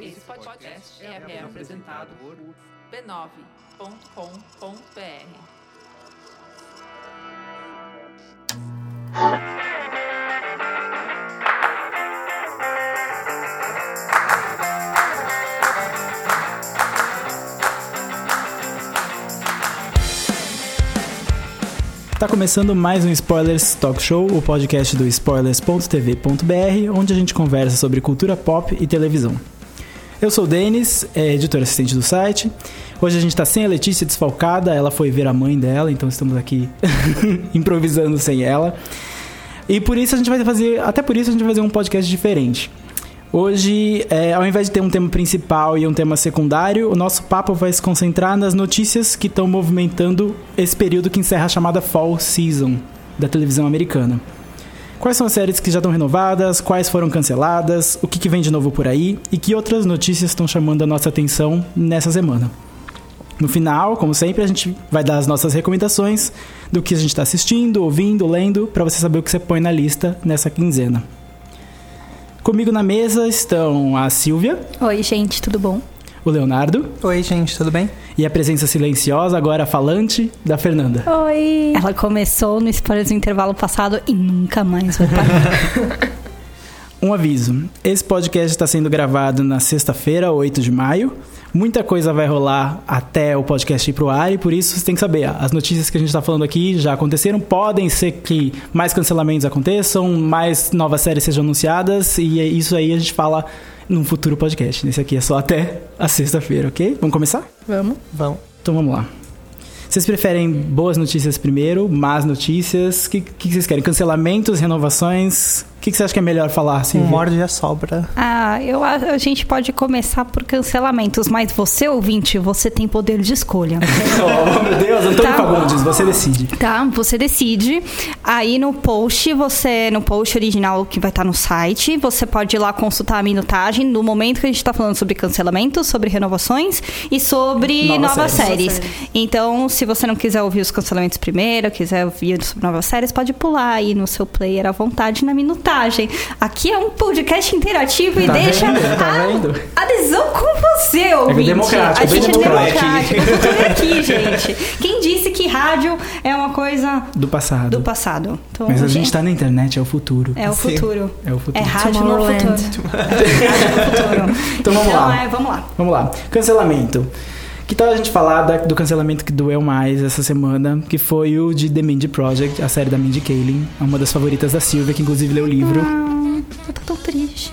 Esse podcast é, é apresentado por b9.com.br. Tá começando mais um Spoilers Talk Show, o podcast do spoilers.tv.br, onde a gente conversa sobre cultura pop e televisão. Eu sou o Denis, é, editor assistente do site. Hoje a gente tá sem a Letícia desfalcada, ela foi ver a mãe dela, então estamos aqui improvisando sem ela. E por isso a gente vai fazer, até por isso a gente vai fazer um podcast diferente. Hoje, é, ao invés de ter um tema principal e um tema secundário, o nosso papo vai se concentrar nas notícias que estão movimentando esse período que encerra a chamada Fall Season da televisão americana. Quais são as séries que já estão renovadas, quais foram canceladas, o que, que vem de novo por aí e que outras notícias estão chamando a nossa atenção nessa semana. No final, como sempre, a gente vai dar as nossas recomendações do que a gente está assistindo, ouvindo, lendo, para você saber o que você põe na lista nessa quinzena. Comigo na mesa estão a Silvia, Oi, gente, tudo bom? o Leonardo Oi, gente, tudo bem? e a presença silenciosa, agora falante, da Fernanda. Oi! Ela começou no spoiler do intervalo passado e nunca mais vai parar. Um aviso: esse podcast está sendo gravado na sexta-feira, 8 de maio. Muita coisa vai rolar até o podcast ir pro ar e por isso você tem que saber. As notícias que a gente está falando aqui já aconteceram. Podem ser que mais cancelamentos aconteçam, mais novas séries sejam anunciadas e é isso aí a gente fala num futuro podcast. Nesse aqui é só até a sexta-feira, ok? Vamos começar? Vamos? Vamos. Então vamos lá. Vocês preferem boas notícias primeiro, más notícias? O que, que vocês querem? Cancelamentos, renovações? O que, que você acha que é melhor falar? Um Silvia? morde a sobra. Ah, eu, a, a gente pode começar por cancelamentos, mas você, ouvinte, você tem poder de escolha. Oh, meu Deus, Antônio Tá. Fagundes, você decide. Tá, você decide. Aí no post, você no post original que vai estar no site, você pode ir lá consultar a minutagem no momento que a gente está falando sobre cancelamentos, sobre renovações e sobre Novas novas, séries. séries. Então, se você não quiser ouvir os cancelamentos primeiro, quiser ouvir sobre novas séries, pode pular aí no seu player à vontade na minutagem. Aqui é um podcast interativo Tá e deixa vendo? Tá vendo? a adesão com você, ouvinte. democrático, a bem gente é democrático. democrático. Eu tô aqui, gente. Quem disse que rádio é uma coisa Do passado. do passado. Então, Mas a gente tá na internet, é o futuro. É o Sim. futuro. É o futuro. É rádio no futuro. Tomorrowland. É rádio no futuro. Então vamos lá. é, vamos lá. Vamos lá. Cancelamento. Que tal a gente falar da- do cancelamento que doeu mais essa semana, que foi o de The Mindy Project, a série da Mindy Kaling, uma das favoritas da Silvia, que inclusive leu o livro. Eu tô tão triste.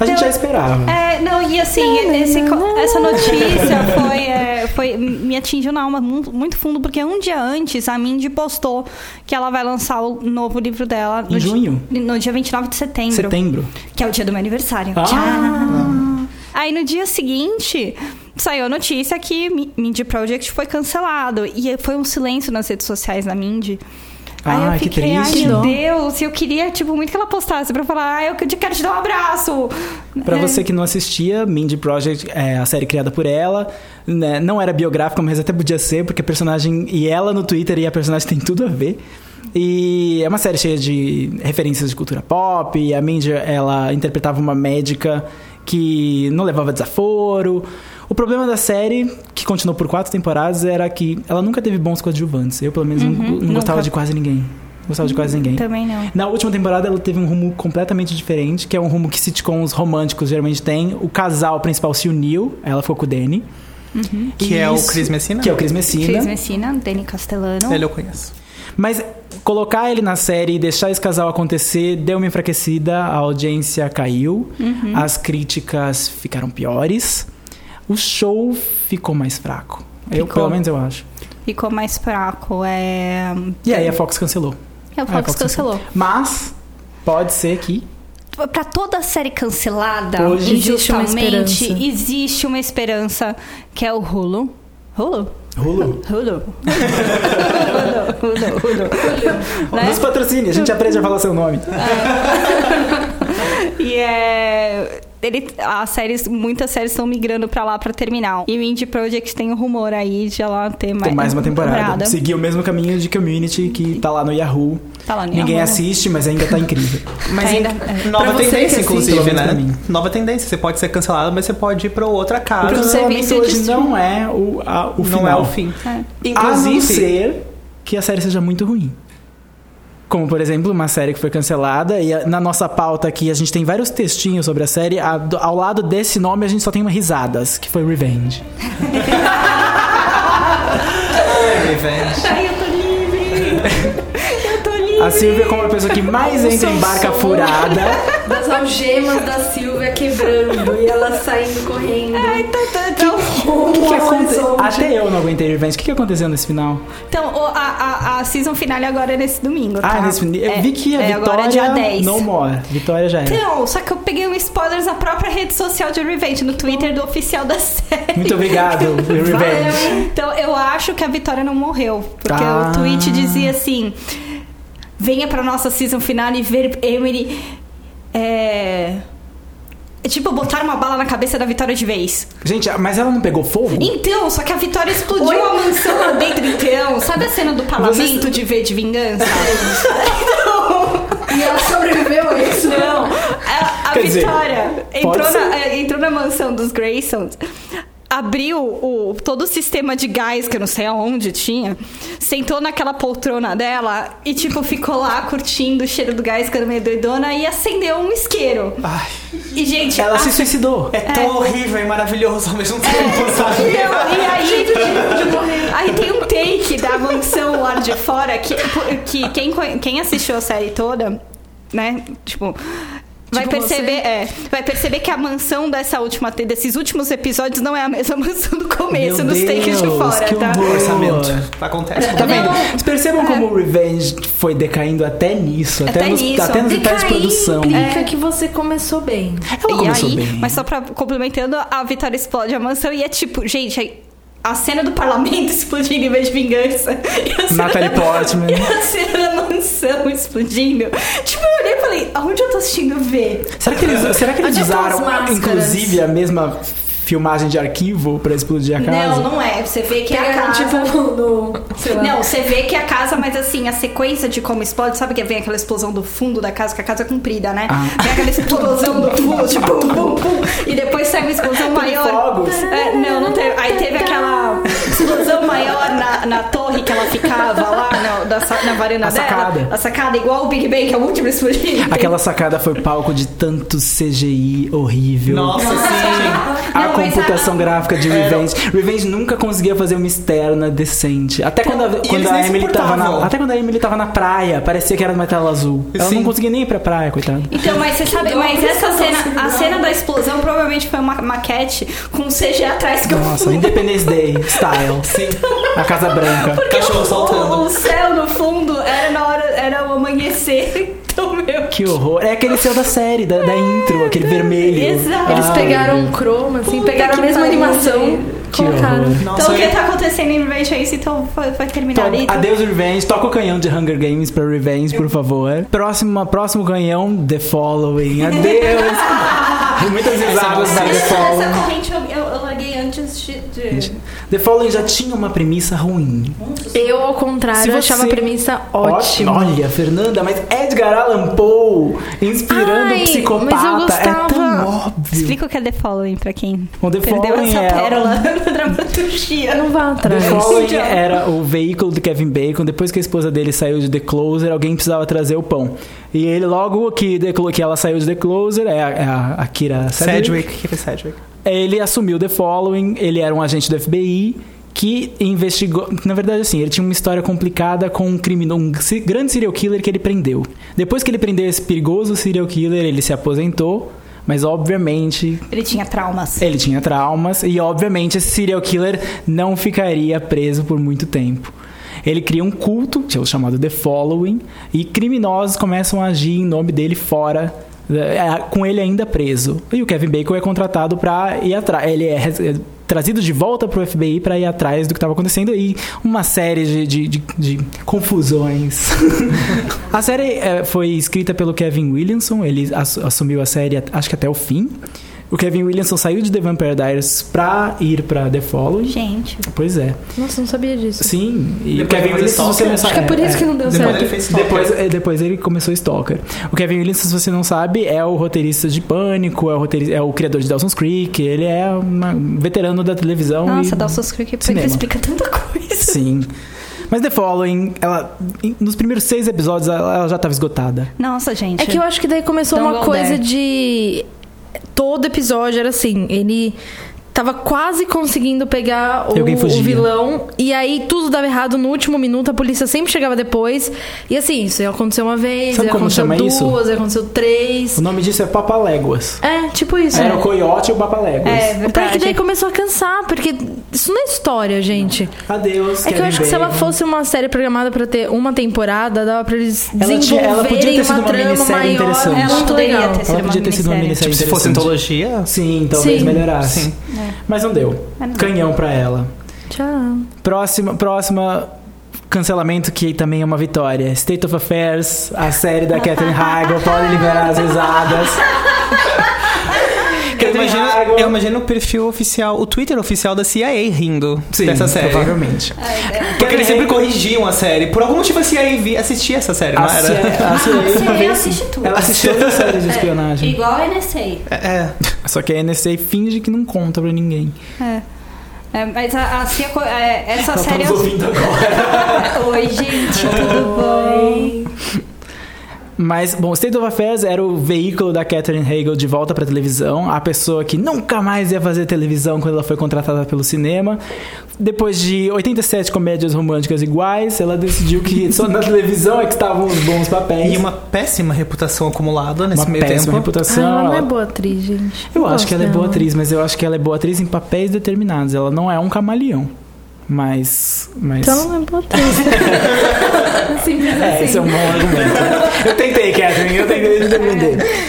A gente Eu- já esperava. Então, É, não, e assim, esse co- essa notícia foi, é, foi. Me atingiu na alma mu- muito fundo, porque um dia antes a Mindy postou que ela vai lançar o novo livro dela. no Em di- junho? no dia 29 de setembro. Setembro. Que é o dia do meu aniversário. Ah! Tcharam! Aí no dia seguinte, saiu a notícia que Mi- Mindy Project foi cancelado. E foi um silêncio nas redes sociais da Mindy. Aí Ai, eu que fiquei, triste. ai meu Deus, eu queria, tipo, muito que ela postasse pra falar, ai, eu que- quero te dar um abraço. Pra É. você que não assistia, Mindy Project é a série criada por ela. né? Não era biográfica, mas até podia ser, porque a personagem e ela no Twitter e a personagem tem tudo a ver. E é uma série cheia de referências de cultura pop. e a Mindy, ela interpretava uma médica que não levava desaforo. O problema da série, que continuou por quatro temporadas, era que ela nunca teve bons coadjuvantes. Eu, pelo menos, não- não, gostava Uhum. nunca. de quase ninguém. Não Gostava de quase ninguém. Também não. Na última temporada ela teve um rumo completamente diferente, que é um rumo que sitcoms românticos geralmente têm. O casal principal se uniu, ela ficou com o Danny. E Que é o isso- Chris Messina? Que é o Chris Messina. Cris Messina, Dani Castellano. Ele eu conheço. Mas colocar ele na série e deixar esse casal acontecer deu uma enfraquecida, a audiência caiu, as críticas ficaram piores, o show ficou mais fraco. Eu, Ficou. pelo menos eu acho. Ficou mais fraco. É. E aí a Fox cancelou. É o Aí a Fox cancelou. Mas pode ser que Pra toda série cancelada, Hoje existe uma injustamente, esperança. existe uma esperança, que é o Hulu. Hulu? Hulu. Hulu. Hulu, Hulu, Hulu. Né? Nos patrocine, a gente aprende a falar seu nome. E é. ele, as séries, muitas séries estão migrando pra lá pra terminar. E o Indie Project tem o rumor aí de ela ter mais, Tem mais uma temporada. Seguir o mesmo caminho de Community que tá lá no Yahoo. Tá lá no Ninguém Yahoo. assiste, mas ainda tá é. incrível. Mas ainda. Pra Nova você que tendência, assiste, inclusive, pelo menos né? pra mim. Nova tendência. Você pode ser cancelado, mas você pode ir pra outra O casa. Pro serviço cancelamento de hoje streaming. não é o, a- é o final. Não é o fim. A não Inclusive, ser que a série seja muito ruim. Como, por exemplo, uma série que foi cancelada e a- na nossa pauta aqui a gente tem vários textinhos sobre a série. a- do- ao lado desse nome a gente só tem uma risadas, que foi Revenge. É. Revenge. Ai, eu tô livre! eu tô livre! A Silvia, como a pessoa que mais entra em barca furada, Das algemas da Silvia quebrando e ela saindo correndo. Ai, tá, tá, tá. o que, que aconteceu? Horizonte. Até eu não aguentei Revenge. O que, que aconteceu nesse final? Então, o- a, a, a season finale agora é nesse domingo, tá? Ah, nesse final. Eu É, vi que a é, Vitória agora é dia 10. não more. Vitória já era. Então, só que eu peguei um spoiler na própria rede social de Revenge, no Twitter do oficial da série. Muito obrigado, Revenge. Então, eu acho que a Vitória não morreu. Porque Ah. o tweet dizia assim: venha pra nossa season finale ver Emily. É. é Tipo, botar uma bala na cabeça da Vitória de vez. Gente, mas ela não pegou fogo? Então, só que a Vitória explodiu Oi? a mansão lá dentro, então. Sabe a cena do parlamento Você- de V de vingança? E ela sobreviveu a isso? Não, a, a Quer dizer, Vitória pode entrou ser. na, é, entrou na mansão dos Graysons, abriu o, todo o sistema de gás, que eu não sei aonde tinha, sentou naquela poltrona dela e, tipo, ficou lá curtindo o cheiro do gás, ficando meio doidona, e acendeu um isqueiro. Ai, E, gente, Ela a- se suicidou. é tão horrível e maravilhoso ao mesmo tempo, Não, sabe? e aí, aí tem um take da mansão lá de fora que, que quem, co- quem assistiu a série toda, né? Tipo. Vai Tipo perceber, você. é, vai perceber que a mansão dessa última, desses últimos episódios não é a mesma mansão do começo, Meu dos takes de Deus, fora, que tá? horror. Orçamento. Acontece. Tá vendo? Não. Ah. Vocês percebam como o Revenge foi decaindo até nisso. Até, Até nos, nisso. É. até nos Tá detalhes de produção. implica que você começou bem. Ela e começou aí, bem. mas só pra complementando, a Vitória explode a mansão e é tipo, gente, aí a cena do parlamento explodindo em vez de vingança. E a cena- Natalie Portman. E a cena da mansão explodindo. Tipo, eu olhei e falei, aonde eu tô assistindo ver? Será que eles, será que eles é Onde estão as usaram, máscaras? inclusive, a mesma filmagem de arquivo pra explodir a casa? Não, não é. Você vê que é a Pegaram, casa. tipo, no. Sei lá. Não, você vê que é a casa, mas assim, a sequência de como explode, sabe que vem aquela explosão do fundo da casa, que a casa é comprida, né? Ah. Vem aquela explosão do fundo, tipo, pum, pum, pum, e depois sai uma explosão maior. fogos. É, não, não teve. Aí teve aquela explosão maior na, na torre que ela ficava lá, na, da sa- na varanda A dela. sacada. A sacada, igual o Big Bang, que é o último a explodir. Aquela sacada foi palco de tanto CGI horrível. Nossa, sim. A Não, mas computação gráfica de Revenge. Revenge nunca conseguia fazer uma externa decente. Até quando a, E quando eles a nem se Emily tava importavam. na, até quando a Emily tava na praia, parecia que era uma tela azul. Ela Sim. não conseguia nem ir pra praia, coitada. Então, mas você sabe, dó, mas por isso essa que eu cena, assim, gosto a dela. cena da explosão provavelmente foi uma maquete com um CG atrás que eu Nossa, Independence Day style. Sim. A Casa Branca. Cachorro o, saltando. o céu no fundo era na hora, era o amanhecer. Então, meu. Que horror. É aquele céu da série, da, da intro, aquele vermelho. Ah, Exato. Eles Ai, pegaram um meu croma, assim, Puta pegaram a que mesma pariu, animação, Que colocaram. horror. Nossa, Então, o que eu- tá acontecendo em Revenge é isso, então vai, vai terminar Então, ali. adeus Revenge, toca o canhão de Hunger Games pra Revenge, por favor. Próximo, próximo canhão, The Following. Adeus. Muitas risadas da The Essa, Following. Então, essa corrente eu, eu, eu larguei antes de. de... The Fallen já tinha uma premissa ruim. Eu, ao contrário, achava a premissa ótima. Ó- Olha, Fernanda, mas Edgar Allan Poe inspirando Ai, um psicopata mas eu gostava. é tão óbvio. Explica o que é The Following pra quem O The perdeu Following essa é- pérola da dramaturgia. Não vá The atrás. Fallen Então. era o veículo do Kevin Bacon. Depois que a esposa dele saiu de The Closer, alguém precisava trazer o pão. E ele, logo que, The Clo- que ela saiu de The Closer, é a, é a, a Kira Sedgwick. Sedgwick. Kira é Sedgwick. ele assumiu The Following, ele era um agente do FBI que investigou, na verdade assim, ele tinha uma história complicada com um criminoso, um se- grande serial killer que ele prendeu. Depois que ele prendeu esse perigoso serial killer, ele se aposentou, mas obviamente Ele tinha traumas. ele tinha traumas e obviamente esse serial killer não ficaria preso por muito tempo. Ele cria um culto, que é o chamado The Following, e criminosos começam a agir em nome dele fora, eh, com ele ainda preso. E o Kevin Bacon é contratado para ir atrás, ele é res- é trazido de volta para o FBI para ir atrás do que estava acontecendo e uma série de, de- de- de confusões. a é, série eh, foi escrita pelo Kevin Williamson, ele ass- assumiu a série at- acho que até o fim. O Kevin Williamson saiu de The Vampire Diaries pra ir pra The Following. Gente, Pois é. Nossa, não sabia disso. Sim, e Depois o Kevin ele Williamson fez você não Stalker. sabe. Acho que é por isso que não deu Depois certo. ele fez Stalker. Depois, é, depois ele começou Stalker. O Kevin Williamson, se você não sabe, é o roteirista de Pânico, é o, roteiri- é o criador de Dawson's Creek, ele é uma- um veterano da televisão. nossa, e... Dawson's Creek porque cinema. explica tanta coisa. Sim. Mas The Following, ela, em- nos primeiros seis episódios, ela, ela já tava esgotada. Nossa, gente. É que eu acho que daí começou Don't uma go coisa there. de. Todo episódio era assim, ele tava quase conseguindo pegar o, Alguém fugia. o vilão, e aí tudo dava errado no último minuto, a polícia sempre chegava depois. E assim, isso aconteceu uma vez, Sabe aí como aconteceu chama duas, isso? aí aconteceu três. O nome disso é Papaléguas. É, tipo isso. Era né? o Coyote ou o Papaléguas. É, O pior é que daí verdade. começou a cansar, porque isso não é história, gente. Adeus. É que eu Kevin acho que se ela Bacon. fosse uma série programada pra ter uma temporada, dava pra eles Ela desenvolverem tinha- ela podia ter sido uma uma trama minissérie maior. É interessante. muito Ela poderia legal. ter sido Ela uma podia ter sido uma minissérie. minissérie Tipo, se fosse é interessante. antologia, Sim, talvez Sim. É. melhorasse. Sim. Mas não deu. Canhão pra ela. Tchau. Próxima, próxima cancelamento que também é uma vitória. State of Affairs, a série da Catherine Heigl. Pode liberar as risadas. Eu Catherine imagino, Heigl. eu imagino o perfil oficial, o Twitter oficial da CIA rindo Sim, dessa série. provavelmente. Ah, é Porque eles sempre corrigiam a série. Por algum motivo a CIA vi- assistia essa série, não A era? série- a série- Ah, uma é Você vez- assiste tudo. Ela assistiu todas as séries de espionagem. Igual a NSA. É. Só que a NSA finge que não conta pra ninguém. É, mas a, a Cia co- é, essa série. É, agora. Oi, gente, tudo bom? Mas, bom, State of Affairs era o veículo da Catherine Hagel de volta pra televisão. A pessoa que nunca mais ia fazer televisão quando ela foi contratada pelo cinema. Depois de 87 comédias românticas iguais, ela decidiu que só na televisão é que estavam os bons papéis. E uma péssima reputação acumulada nesse Uma meio péssima tempo. Ah, reputação. ela não ela- é boa atriz, gente. Eu acho gosto que ela é boa dela. atriz, mas eu acho que ela é boa atriz em papéis determinados. Ela não é um camaleão. Mas. mas... Então ela não é boa atriz. Simples É, assim. esse é um bom argumento. eu tentei, Catherine, eu tentei me defender. É.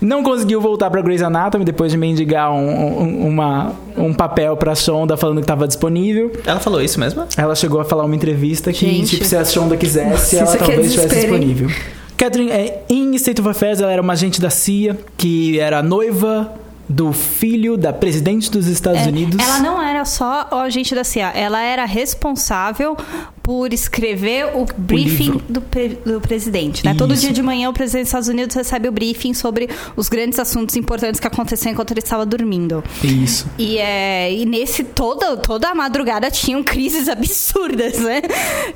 Não conseguiu voltar pra Grey's Anatomy depois de mendigar um, um, uma- um papel pra Shonda falando que tava disponível. Ela falou isso mesmo? Ela chegou a falar uma entrevista que, Gente. tipo, se a Shonda quisesse, Nossa, ela isso aqui é talvez estivesse desespero, hein? disponível. Catherine, é, em State of Affairs, ela era uma agente da CIA, que era noiva do filho da presidente dos Estados É, Unidos. Ela não era só o agente da CIA, ela era responsável por escrever o briefing livro. do, pre- do presidente. né? Todo Isso. dia de manhã o presidente dos Estados Unidos recebe o briefing sobre os grandes assuntos importantes que aconteciam enquanto ele estava dormindo. Isso. E, é, e nesse toda, toda a madrugada tinham crises absurdas, né?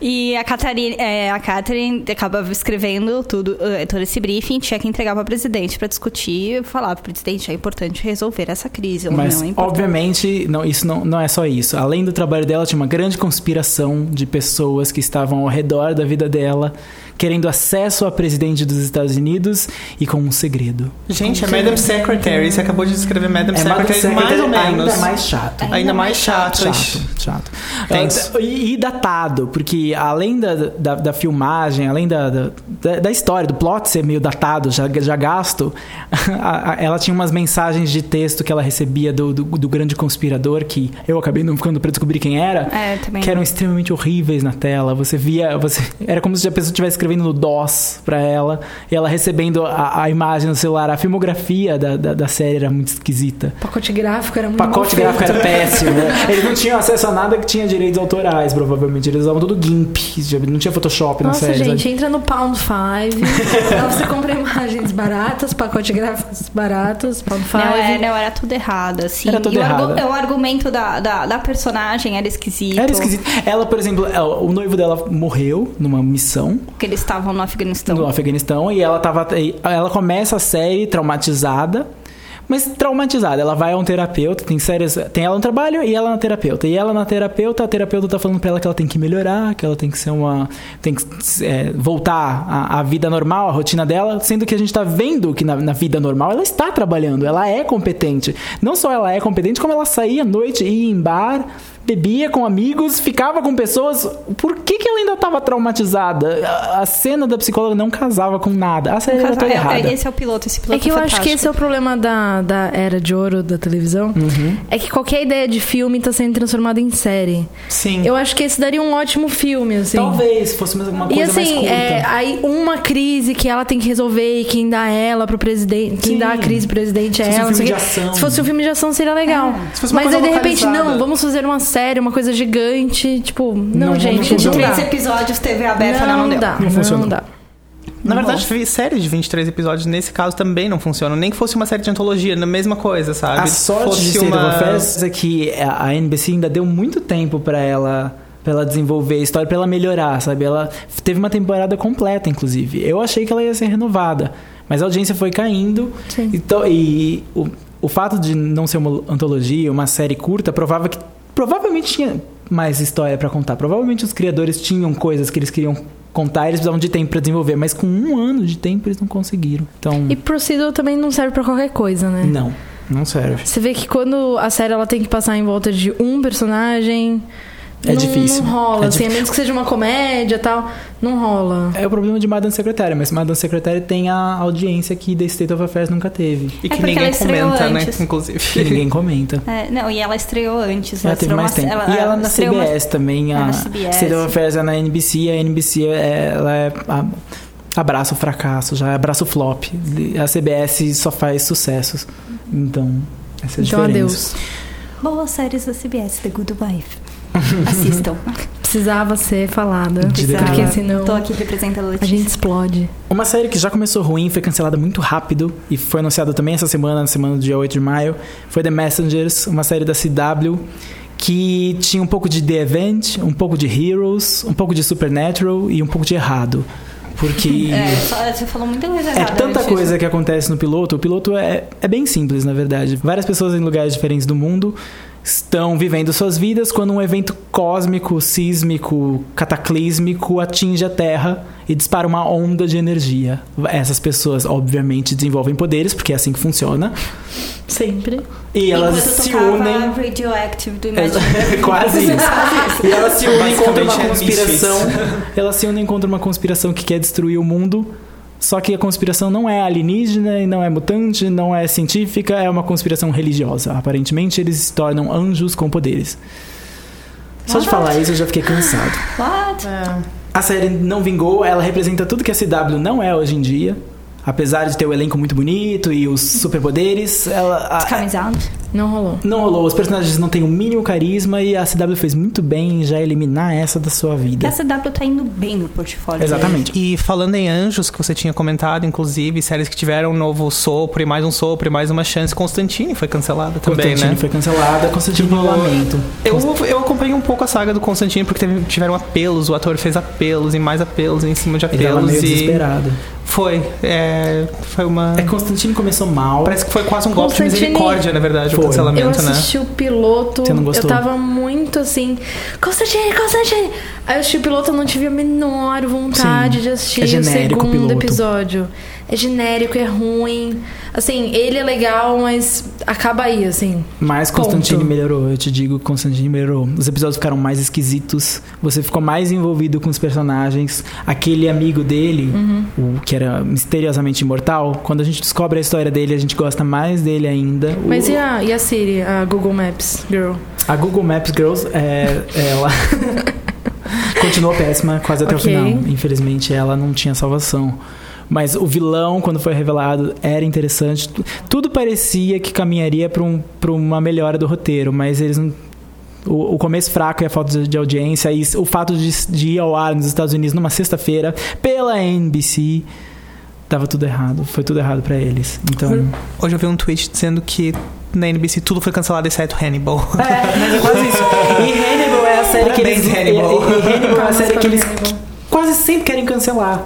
E a Catherine, é, a Catherine acabava escrevendo tudo, eh, todo esse briefing, tinha que entregar para presidente para discutir, falar para presidente, é importante resolver essa crise, ou Mas, não é importante. obviamente, não, isso não, não é só isso. Além do trabalho dela, tinha uma grande conspiração de pessoas que estavam ao redor da vida dela, querendo acesso à presidente dos Estados Unidos e com um segredo. Gente, é Madam Secretary. Você acabou de descrever Madam Secretary, é mais ou menos. É Ainda mais chato. É. Ainda mais chato. Chato, chato. Tenso. É, e, e datado, porque além da, da, da filmagem, além da, da, da- da história, do plot ser meio datado, já, já gasto, a- a- ela tinha umas mensagens de texto que ela recebia do, do, do grande conspirador, que eu acabei não ficando pra descobrir quem era, É, eu também que eram extremamente horríveis na tela. Você via. Você, era como se a pessoa estivesse escrevendo no DOS pra ela, e ela recebendo a, a imagem no celular. A filmografia da, da, da série era muito esquisita. O pacote gráfico era O muito pacote mal gráfico feito. era péssimo, né? Eles não tinham acesso a nada que tinha direitos autorais, provavelmente. Eles usavam tudo GIMP, não tinha Photoshop na Nossa, série. gente, sabe? entra no Pound 5. lá você compra imagens baratas, pacote gráficos baratos, Pound 5. Não, né? é, não, era tudo errado, assim. Era tudo e o, argu- errado. o argumento da, da, da personagem era é esquisito. Era esquisito. Ela, por exemplo, ela- o noivo dela morreu numa missão Porque eles estavam no Afeganistão. no Afeganistão e ela tava. e Ela começa a série traumatizada. Mas traumatizada, ela vai a um terapeuta, tem séries, tem ela no trabalho e ela na terapeuta. E ela na terapeuta, a terapeuta tá falando pra ela que ela tem que melhorar, que ela tem que ser uma. tem que é, voltar à, à vida normal, à rotina dela, sendo que a gente tá vendo que na, na vida normal ela está trabalhando, ela é competente. Não só ela é competente, como ela saía à noite e ia em bar bebia com amigos, ficava com pessoas. Por que, que ela ainda estava traumatizada? A, a cena da psicóloga não casava com nada. A série era toda É, errada. é, Esse é o piloto, esse piloto É que eu acho que fantástico. esse é o problema da, da era de ouro da televisão. Uhum. É que qualquer ideia de filme tá sendo transformada em série. Sim. Eu acho que esse daria um ótimo filme, assim. Talvez fosse mais alguma coisa E mais assim, curta. é, aí uma crise que ela tem que resolver e quem dá ela pro presidente. Quem Sim. dá a crise pro presidente é Se fosse um ela. não sei filme de o quê. ação. É, Se fosse um filme de ação seria legal. se fosse uma Mas aí coisa de repente, localizada. não, vamos fazer uma série, uma coisa gigante. Tipo, não, Não, gente, não não, funciona. dá. Três episódios, TV aberta, não, Não deu. dá, Não funcionou. não dá. Na verdade, vi séries de 23 episódios, nesse caso, também não funcionam. Nem que fosse uma série de antologia, na mesma coisa, sabe? A sorte de State fosse of Affairs é que a a NBC ainda deu muito tempo pra ela pra ela desenvolver a história, pra ela melhorar, sabe? Ela f- teve uma temporada completa, inclusive. Eu achei que ela ia ser renovada, mas a audiência foi caindo. Sim. Então, e o, o fato de não ser uma antologia, uma série curta, provava que provavelmente tinha mais história pra contar. Provavelmente os criadores tinham coisas que eles queriam contar, eles precisavam de tempo pra desenvolver, mas com um ano de tempo eles não conseguiram. Então, E procedural também não serve pra qualquer coisa, né? não, não serve. Você vê que quando a série ela tem que passar em volta de um personagem. É não, difícil. Não rola, É assim, a menos que seja uma comédia e tal. Não rola. É o problema de Madame Secretária, mas Madame Secretária tem a audiência que The State of Affairs nunca teve. E que É porque ela ninguém estreou comenta, antes. né? Que Inclusive. ninguém comenta. É, não, e ela estreou antes. Ela teve estreou mais uma- tempo. e ela na estreou uma- CBS também. É, A na CBS. State of Affairs é na NBC. A NBC é, ela é a- abraça o fracasso, já é abraça o flop. A CBS só faz sucessos. Então, essa é a diferença. Então, adeus. Boas séries da CBS, The Good Wife. Assistam. Precisava ser falada. Precisava. Porque senão Tô aqui representando a a Letícia. gente explode. Uma série que já começou ruim, foi cancelada muito rápido e foi anunciada também essa semana, na semana do dia 8 de maio, foi The Messengers, uma série da CW que tinha um pouco de The Event, um pouco de Heroes, um pouco de Supernatural e um pouco de errado. Porque É, só- você falou muita coisa é errada. tanta Letícia. coisa que acontece no piloto. O piloto é, é bem simples, na verdade. Várias pessoas em lugares diferentes do mundo estão vivendo suas vidas quando um evento cósmico, sísmico, cataclísmico atinge a Terra e dispara uma onda de energia. Essas pessoas, obviamente, desenvolvem poderes, porque é assim que funciona. Sempre. E elas Enquanto se tocava né? unem. É tipo Radioactive do Imagine Quase isso. E elas se unem contra uma Basicamente é conspiração. elas se unem contra uma conspiração que quer destruir o mundo. Só que a conspiração não é alienígena, e não é mutante, não é científica, é uma conspiração religiosa. Aparentemente, eles se tornam anjos com poderes. Só de falar isso, eu já fiquei cansado. What? É. A série não vingou, ela representa tudo que a CW não é hoje em dia. Apesar de ter o elenco muito bonito e os superpoderes, ela. a- Descamisado. Não rolou. não rolou, os personagens não têm o mínimo carisma e a CW fez muito bem em já eliminar essa da sua vida. A CW tá indo bem no portfólio. É. Exatamente. E falando em anjos, que você tinha comentado, inclusive, séries que tiveram um novo sopro e mais um sopro e mais uma chance. Constantine foi cancelada também, Constantine né? Tipo, foi cancelada, Constantine eu lamento. Eu, eu acompanhei um pouco a saga do Constantine porque teve- tiveram apelos, o ator fez apelos e mais apelos em cima de Ele tava apelos meio e desesperado. foi, é, foi uma É, Constantine começou mal. parece que foi quase um golpe de Constantine- misericórdia na verdade Foi. o Eu cancelamento, né? assisti o piloto. Você não gostou? Eu tava muito assim. Constantine, Constantine! Aí eu assisti o piloto, eu não tive a menor vontade Sim. de assistir É genérico o o segundo piloto. episódio. É genérico, é ruim. Assim, ele é legal, mas acaba aí, assim. Mas Ponto. Constantine melhorou, eu te digo, Constantine melhorou. Os episódios ficaram mais esquisitos, você ficou mais envolvido com os personagens. Aquele amigo dele, Uhum. o que era misteriosamente imortal, quando a gente descobre a história dele, a gente gosta mais dele ainda. O- Mas e a, e a Siri, a Google Maps Girl? A Google Maps Girls, é, ela continuou péssima quase até Ok. o final. Infelizmente, ela não tinha salvação. Mas o vilão, quando foi revelado, era interessante. Tu- Tudo parecia que caminharia para um, pra uma melhora do roteiro, mas eles não. O, o começo fraco e a falta de, de audiência, e o fato de, de ir ao ar nos Estados Unidos numa sexta-feira pela NBC, tava tudo errado. Foi tudo errado para eles. Então. Hoje eu vi um tweet dizendo que na NBC tudo foi cancelado exceto Hannibal. É, mas é quase isso. E Hannibal é a série que eles. Parabéns, e- e- e Hannibal. Hannibal é a série que eles Parabéns. quase sempre querem cancelar.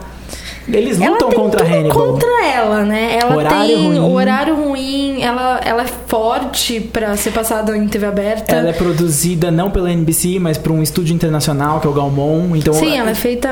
Eles ela lutam tem contra tudo Hannibal. contra ela, né? Ela Horário tem ruim. horário ruim, tem. Ela, ela é forte pra ser passada em TV aberta. Ela é produzida não pela NBC, mas por um estúdio internacional, que é o Gaumont. Então, Sim, ela é feita.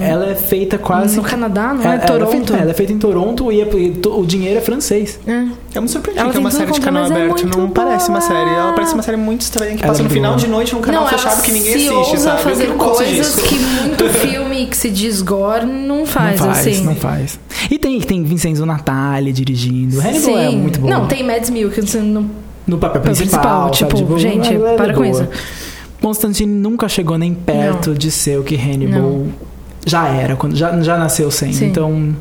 ela é feita quase. No Canadá, não é? Ela- Ela é, Toronto. feita, ela é feita em Toronto e, é- e to- o dinheiro é francês. É. Eu me surpreendi Ela que é uma tem tudo série de contra, canal mas é aberto. muito não parece uma boa. série. Ela parece uma série muito estranha que Ela passa é no muito final boa. de noite num canal Não, fechado ela que ninguém se assiste, ousa sabe? fazer eu não gosto coisas disso. que muito filme que se diz gore não faz, não faz, assim. não faz. E tem, tem Vincenzo Natali dirigindo. Hannibal é Sim. muito bom. Não, tem Mads Mikkelsen no No papel Papel principal. tá principal, sabe? tipo, gente, a galera para com isso. é Constantine nunca chegou nem perto de ser o que Hannibal Não. já era, quando já, já nasceu sem. Sim. Então,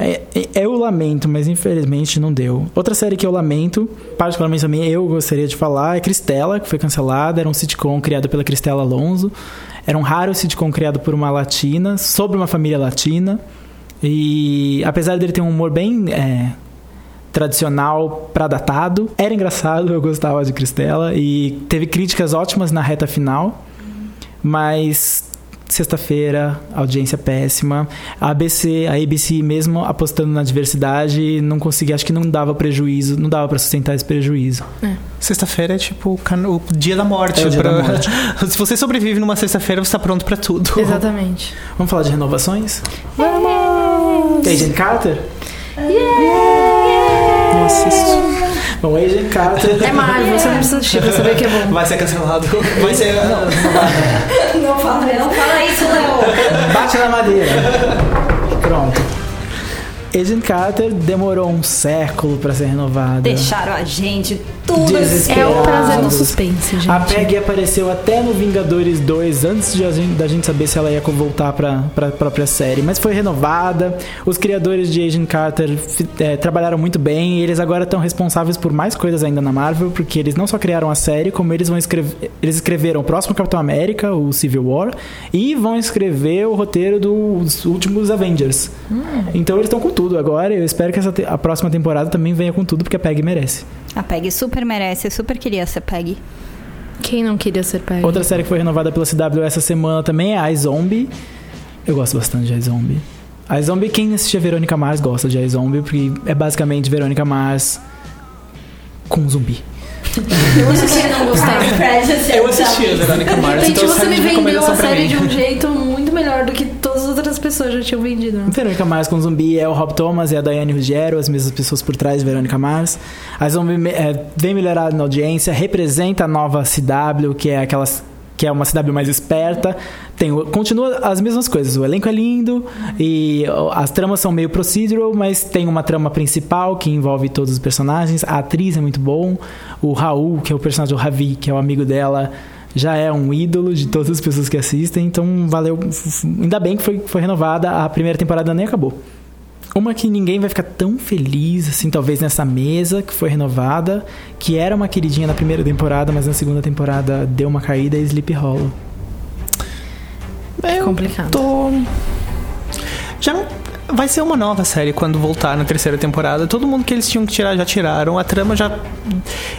é- é- eu lamento, mas infelizmente não deu. Outra série que eu lamento, particularmente também eu gostaria de falar, é Cristela, que foi cancelada. Era um sitcom criado pela Cristela Alonso. Era um raro sitcom criado por uma latina, sobre uma família latina. E apesar dele ter um humor bem é, tradicional pra datado, era engraçado, eu gostava de Cristela e teve críticas ótimas na reta final, mas sexta-feira, audiência péssima. A ABC, a ABC mesmo apostando na diversidade, não conseguia, acho que não dava prejuízo, não dava pra sustentar esse prejuízo. Sexta-feira é tipo o, can- o dia da morte. É o dia pra- da morte. se você sobrevive numa sexta-feira, você tá pronto pra tudo. Exatamente. Vamos falar de renovações? Vamos! Agent Carter? Não assisto. Bom, Agent Carter É Marvel, você não precisa assistir pra saber que é bom. Vai ser cancelado. Vai ser. Não fala, não fala isso, Léo. Bate na madeira. Pronto. Agent Carter demorou um século pra ser renovada. Deixaram a gente tudo Desesperado. assim. É o prazer do suspense, gente. A Peggy apareceu até no Vingadores 2, antes de a gente- da gente saber se ela ia voltar pra, pra própria série. Mas foi renovada. Os criadores de Agent Carter fi- eh, trabalharam muito bem. E eles agora estão responsáveis por mais coisas ainda na Marvel, porque eles não só criaram a série, como eles vão escrever. Eles escreveram o próximo Capitão América, o Civil War, e vão escrever o roteiro dos últimos Avengers. Então eles estão com tudo agora. e Eu espero que essa te- a próxima temporada também venha com tudo, porque a Peggy merece. A Peg super merece, eu super queria ser Peg. Quem não queria ser Peggy? Outra série que foi renovada pela CW essa semana também é iZombie. Eu gosto bastante de iZombie. iZombie, quem assiste a Verônica Mars gosta de iZombie, porque é basicamente Verônica Mars com zumbi. Eu acho que você não gostava. Eu assisti a Verônica De Mars, repente então você serve me de vendeu a recomendação pra série de mim. um jeito muito melhor do que todas as outras pessoas já tinham vendido. né? Verônica Mars com zumbi é o Rob Thomas e a Diane Ruggiero, as mesmas pessoas por trás de Verônica Mars. A Zombie me- é, vem melhorada na audiência, representa a nova CW, que é aquelas que é uma CW mais esperta. Tem, o- continua as mesmas coisas. O elenco é lindo e ó, as tramas são meio procedural, mas tem uma trama principal que envolve todos os personagens. A atriz é muito bom. O Raul, que é o personagem do Ravi, que é o amigo dela, já é um ídolo de todas as pessoas que assistem, então valeu. f- f- Ainda bem que foi, foi renovada, a primeira temporada nem acabou. Uma que ninguém vai ficar tão feliz, assim, talvez nessa mesa, que foi renovada, que era uma queridinha na primeira temporada, mas na segunda temporada deu uma caída, é Sleep Hollow. É Eu Complicado. Tô. Já não. Vai ser uma nova série quando voltar na terceira temporada. Todo mundo que eles tinham que tirar já tiraram. A trama já.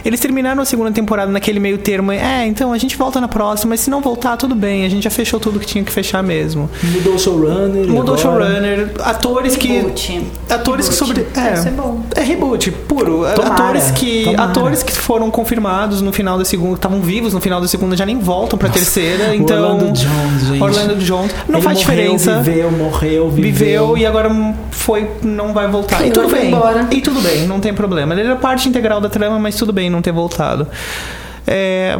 Eles terminaram a segunda temporada naquele meio termo. É, então a gente volta na próxima, mas se não voltar, tudo bem. A gente já fechou tudo que tinha que fechar mesmo. Mudou o showrunner. Mudou agora. o showrunner, atores que. Atores que sobre. É, Isso é bom. é reboot puro. Tomara, atores que tomara. atores que foram confirmados no final da segunda, estavam vivos no final da segunda, já nem voltam pra terceira, então Orlando Jones, gente. Orlando Jones não Ele morreu, faz diferença. Viveu, morreu, viveu. Viveu e agora foi, não vai voltar. E Agora tudo foi bem. embora. E tudo bem, não tem problema. Ele era parte integral da trama, mas tudo bem não ter voltado. É,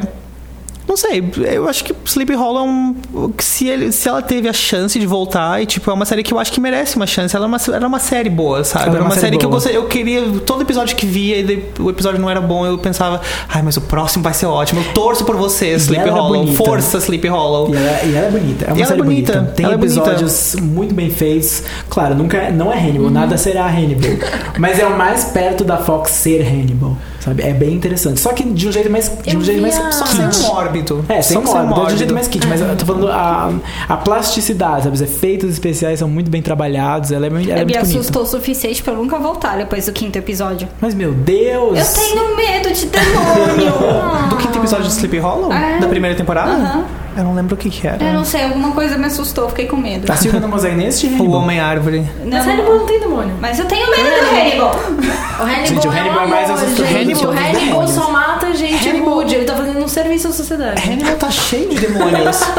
não sei, eu acho que Sleep Hollow é um, que se, ele- se ela teve a chance de voltar, e tipo, é uma série que eu acho que merece uma chance. Ela é uma, era uma série boa, sabe? Ela é Era uma série, que eu boa. gostei, eu queria. Todo episódio que via e de- o episódio não era bom, eu pensava, ai, mas o próximo vai ser ótimo. Eu torço por você, Sleep ela é Hollow. bonita. Força, Sleep Hollow. E ela, e ela é bonita. É uma E ela é série bonita. bonita, Tem ela é bonita. episódios muito bem feitos. Claro, nunca não é Hannibal, Uhum. nada será Hannibal. Mas é o mais perto da Fox ser Hannibal, sabe? É bem interessante. Só que de um jeito mais de um Eu jeito vi mais a- Só que sem um mórbido. é, Só sem que sem um moda, de um jeito mórbido. mais kit, mas eu tô falando a, a plasticidade, sabe? Os efeitos especiais são muito bem trabalhados, ela é, ela é me muito bonita. assustou o suficiente pra eu nunca voltar depois do quinto episódio. Mas meu Deus! Eu tenho medo de demônio! Do quinto episódio de Sleep Hollow? É. Da primeira temporada? Aham. Eu não lembro o que, que era. Eu não sei, alguma coisa me assustou, fiquei com medo. A Silvia não consegue nem assistir O Hannibal. Homem Árvore. Não, Mas não- Hannibal não tem demônio. É. Mas eu tenho medo do Hannibal! O Hannibal Gente, o Hannibal é é um mais amor, assustador gente. do o que Hannibal demônios. só mata gente Hannibal- rude. Ele tá fazendo um serviço à sociedade. Hannibal tá cheio de demônios.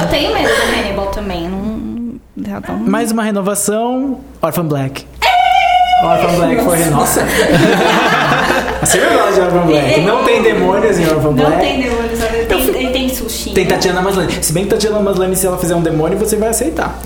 Eu tenho medo do Hannibal também. Não... já não- Mais uma renovação, Orphan Black. Orphan Black foi nossa. Você eu gosto de Orphan Black. Não tem demônios em Orphan Black. É. é? Não tem demônio, sabe? Ele tem, ele tem sushi. Tem Tatiana Maslany. Se bem que Tatiana Maslany, se ela fizer um demônio, você vai aceitar.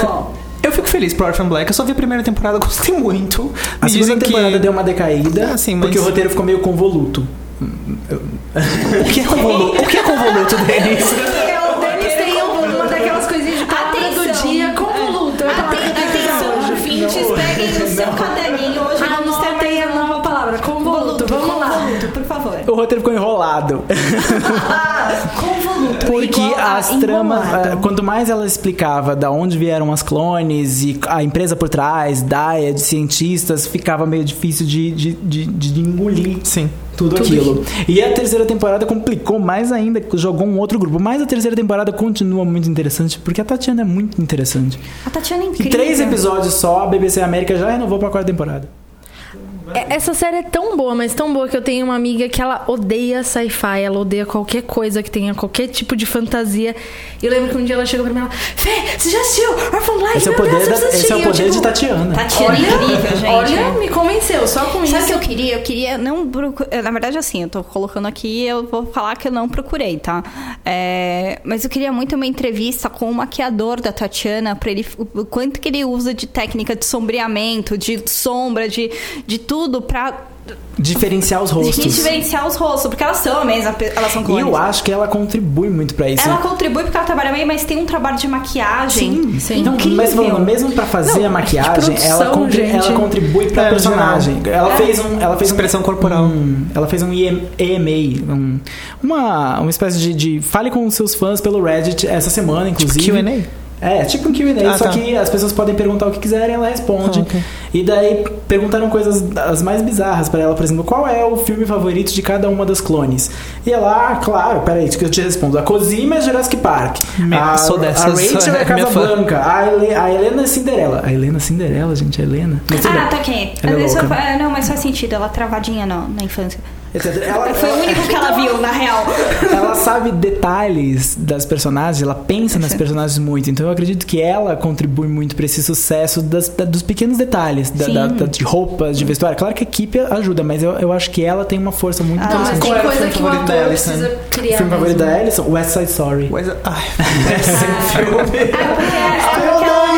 Bom, eu fico feliz pro Orphan Black. Eu só vi a primeira temporada, gostei muito. Me A segunda temporada deu uma decaída, Ah, sim, mas- porque o roteiro ficou meio convoluto. O que é convoluto? O que é convoluto, Denis? O Denis tem uma daquelas coisinhas de palavra Atenção. do dia convoluto. É a palavra Aten- que eu tenho Atenção, hoje. ouvintes, peguem no seu caderninho. Hoje vamos Anotem ter um a nova palavra, convoluto. Vamos lá. Convoluto, por favor. O roteiro ficou enrolado. Ah, Convoluto. Porque Igual a as tramas. enrolado. ah, Quanto mais ela explicava da onde vieram as clones e a empresa por trás, DAIA, de cientistas, ficava meio difícil de, de, de, de engolir Sim. tudo, aquilo. E a terceira temporada complicou mais ainda, jogou um outro grupo. Mas a terceira temporada continua muito interessante, porque a Tatiana é muito interessante. A Tatiana é E incrível. ah, três episódios só, a BBC América já renovou pra quarta temporada. É- Essa série é tão boa, mas tão boa que eu tenho uma amiga que ela odeia sci-fi, ela odeia qualquer coisa que tenha qualquer tipo de fantasia. E eu lembro que um dia ela chegou pra mim e ela, Fê, você já assistiu Orphan Black? Esse é o Meu poder, Deus, da- eu esse é preciso o assistir." Eu, poder de tipo, Tatiana. Tatiana é incrível, gente. Olha, me convenceu, só com Sabe o que isso. eu queria? Eu queria não procurar. Na verdade, assim, eu tô colocando aqui, eu vou falar que eu não procurei, tá? É, Mas eu queria muito uma entrevista com o maquiador da Tatiana, pra ele. O quanto que ele usa de técnica de sombreamento, de sombra, de, de tudo pra Diferenciar os de rostos. diferenciar os rostos, porque elas são a mesma, pe- elas são E clones. eu acho que ela contribui muito pra isso. né? Ela contribui porque ela trabalha meio, mas tem um trabalho de maquiagem. Sim, Sim. Então, Incrível. mas falando, mesmo pra fazer Não, a maquiagem, de ela, produção, contri- gente. ela contribui pra É, personagem. Ela fez um, ela fez um- Expressão corporal. um- ela fez um EM- EMA, um- uma, uma espécie de, de fale com os seus fãs pelo Reddit essa semana, Tipo inclusive. Q&A? É, tipo um Q&A, Ah, só tá. que as pessoas podem perguntar o que quiserem, ela responde. Ah, ok. E daí perguntaram coisas as mais bizarras pra ela, por exemplo, qual é o filme favorito de cada uma das clones? E ela, ah, claro, peraí, que eu te respondo. A Cosima é Jurassic Park. Me- a, sou a dessas, Rachel é é minha Casa fã. Blanca. A, Ele- a Helena é Cinderela. A Helena é Cinderela, gente, a Helena. Mas tudo Ah, bem. tá ok. Ela é Às vezes eu louca. fa- ah, não, mas faz sentido, ela travadinha na, na infância. Etc. Ela, Foi o ela- único que ela viu, na real. ela sabe detalhes das personagens, ela pensa nas personagens muito. Então eu acredito que ela contribui muito pra esse sucesso das- da- dos pequenos detalhes, da- Sim. da- da- de roupas, de vestuário. Claro que a equipe ajuda, mas eu, eu acho que ela tem uma força muito Não, mas interessante. é Qual tem era o coisa filme que o favorito ator da Alison? precisa O criar. né? né? filme mesmo. favorito da Ellison? West Side Story. Mas, ai, esse filme. É, Porque ela,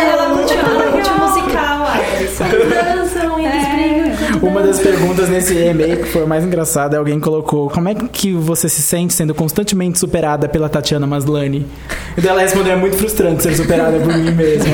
ela curte ela é curte musical, ai. É Eles dançam, eles brincam. Uma das perguntas nesse e-mail que foi mais engraçada, alguém colocou: Como é que você se sente sendo constantemente superada pela Tatiana Maslany? E daí ela respondeu: É muito frustrante ser superada por mim mesma.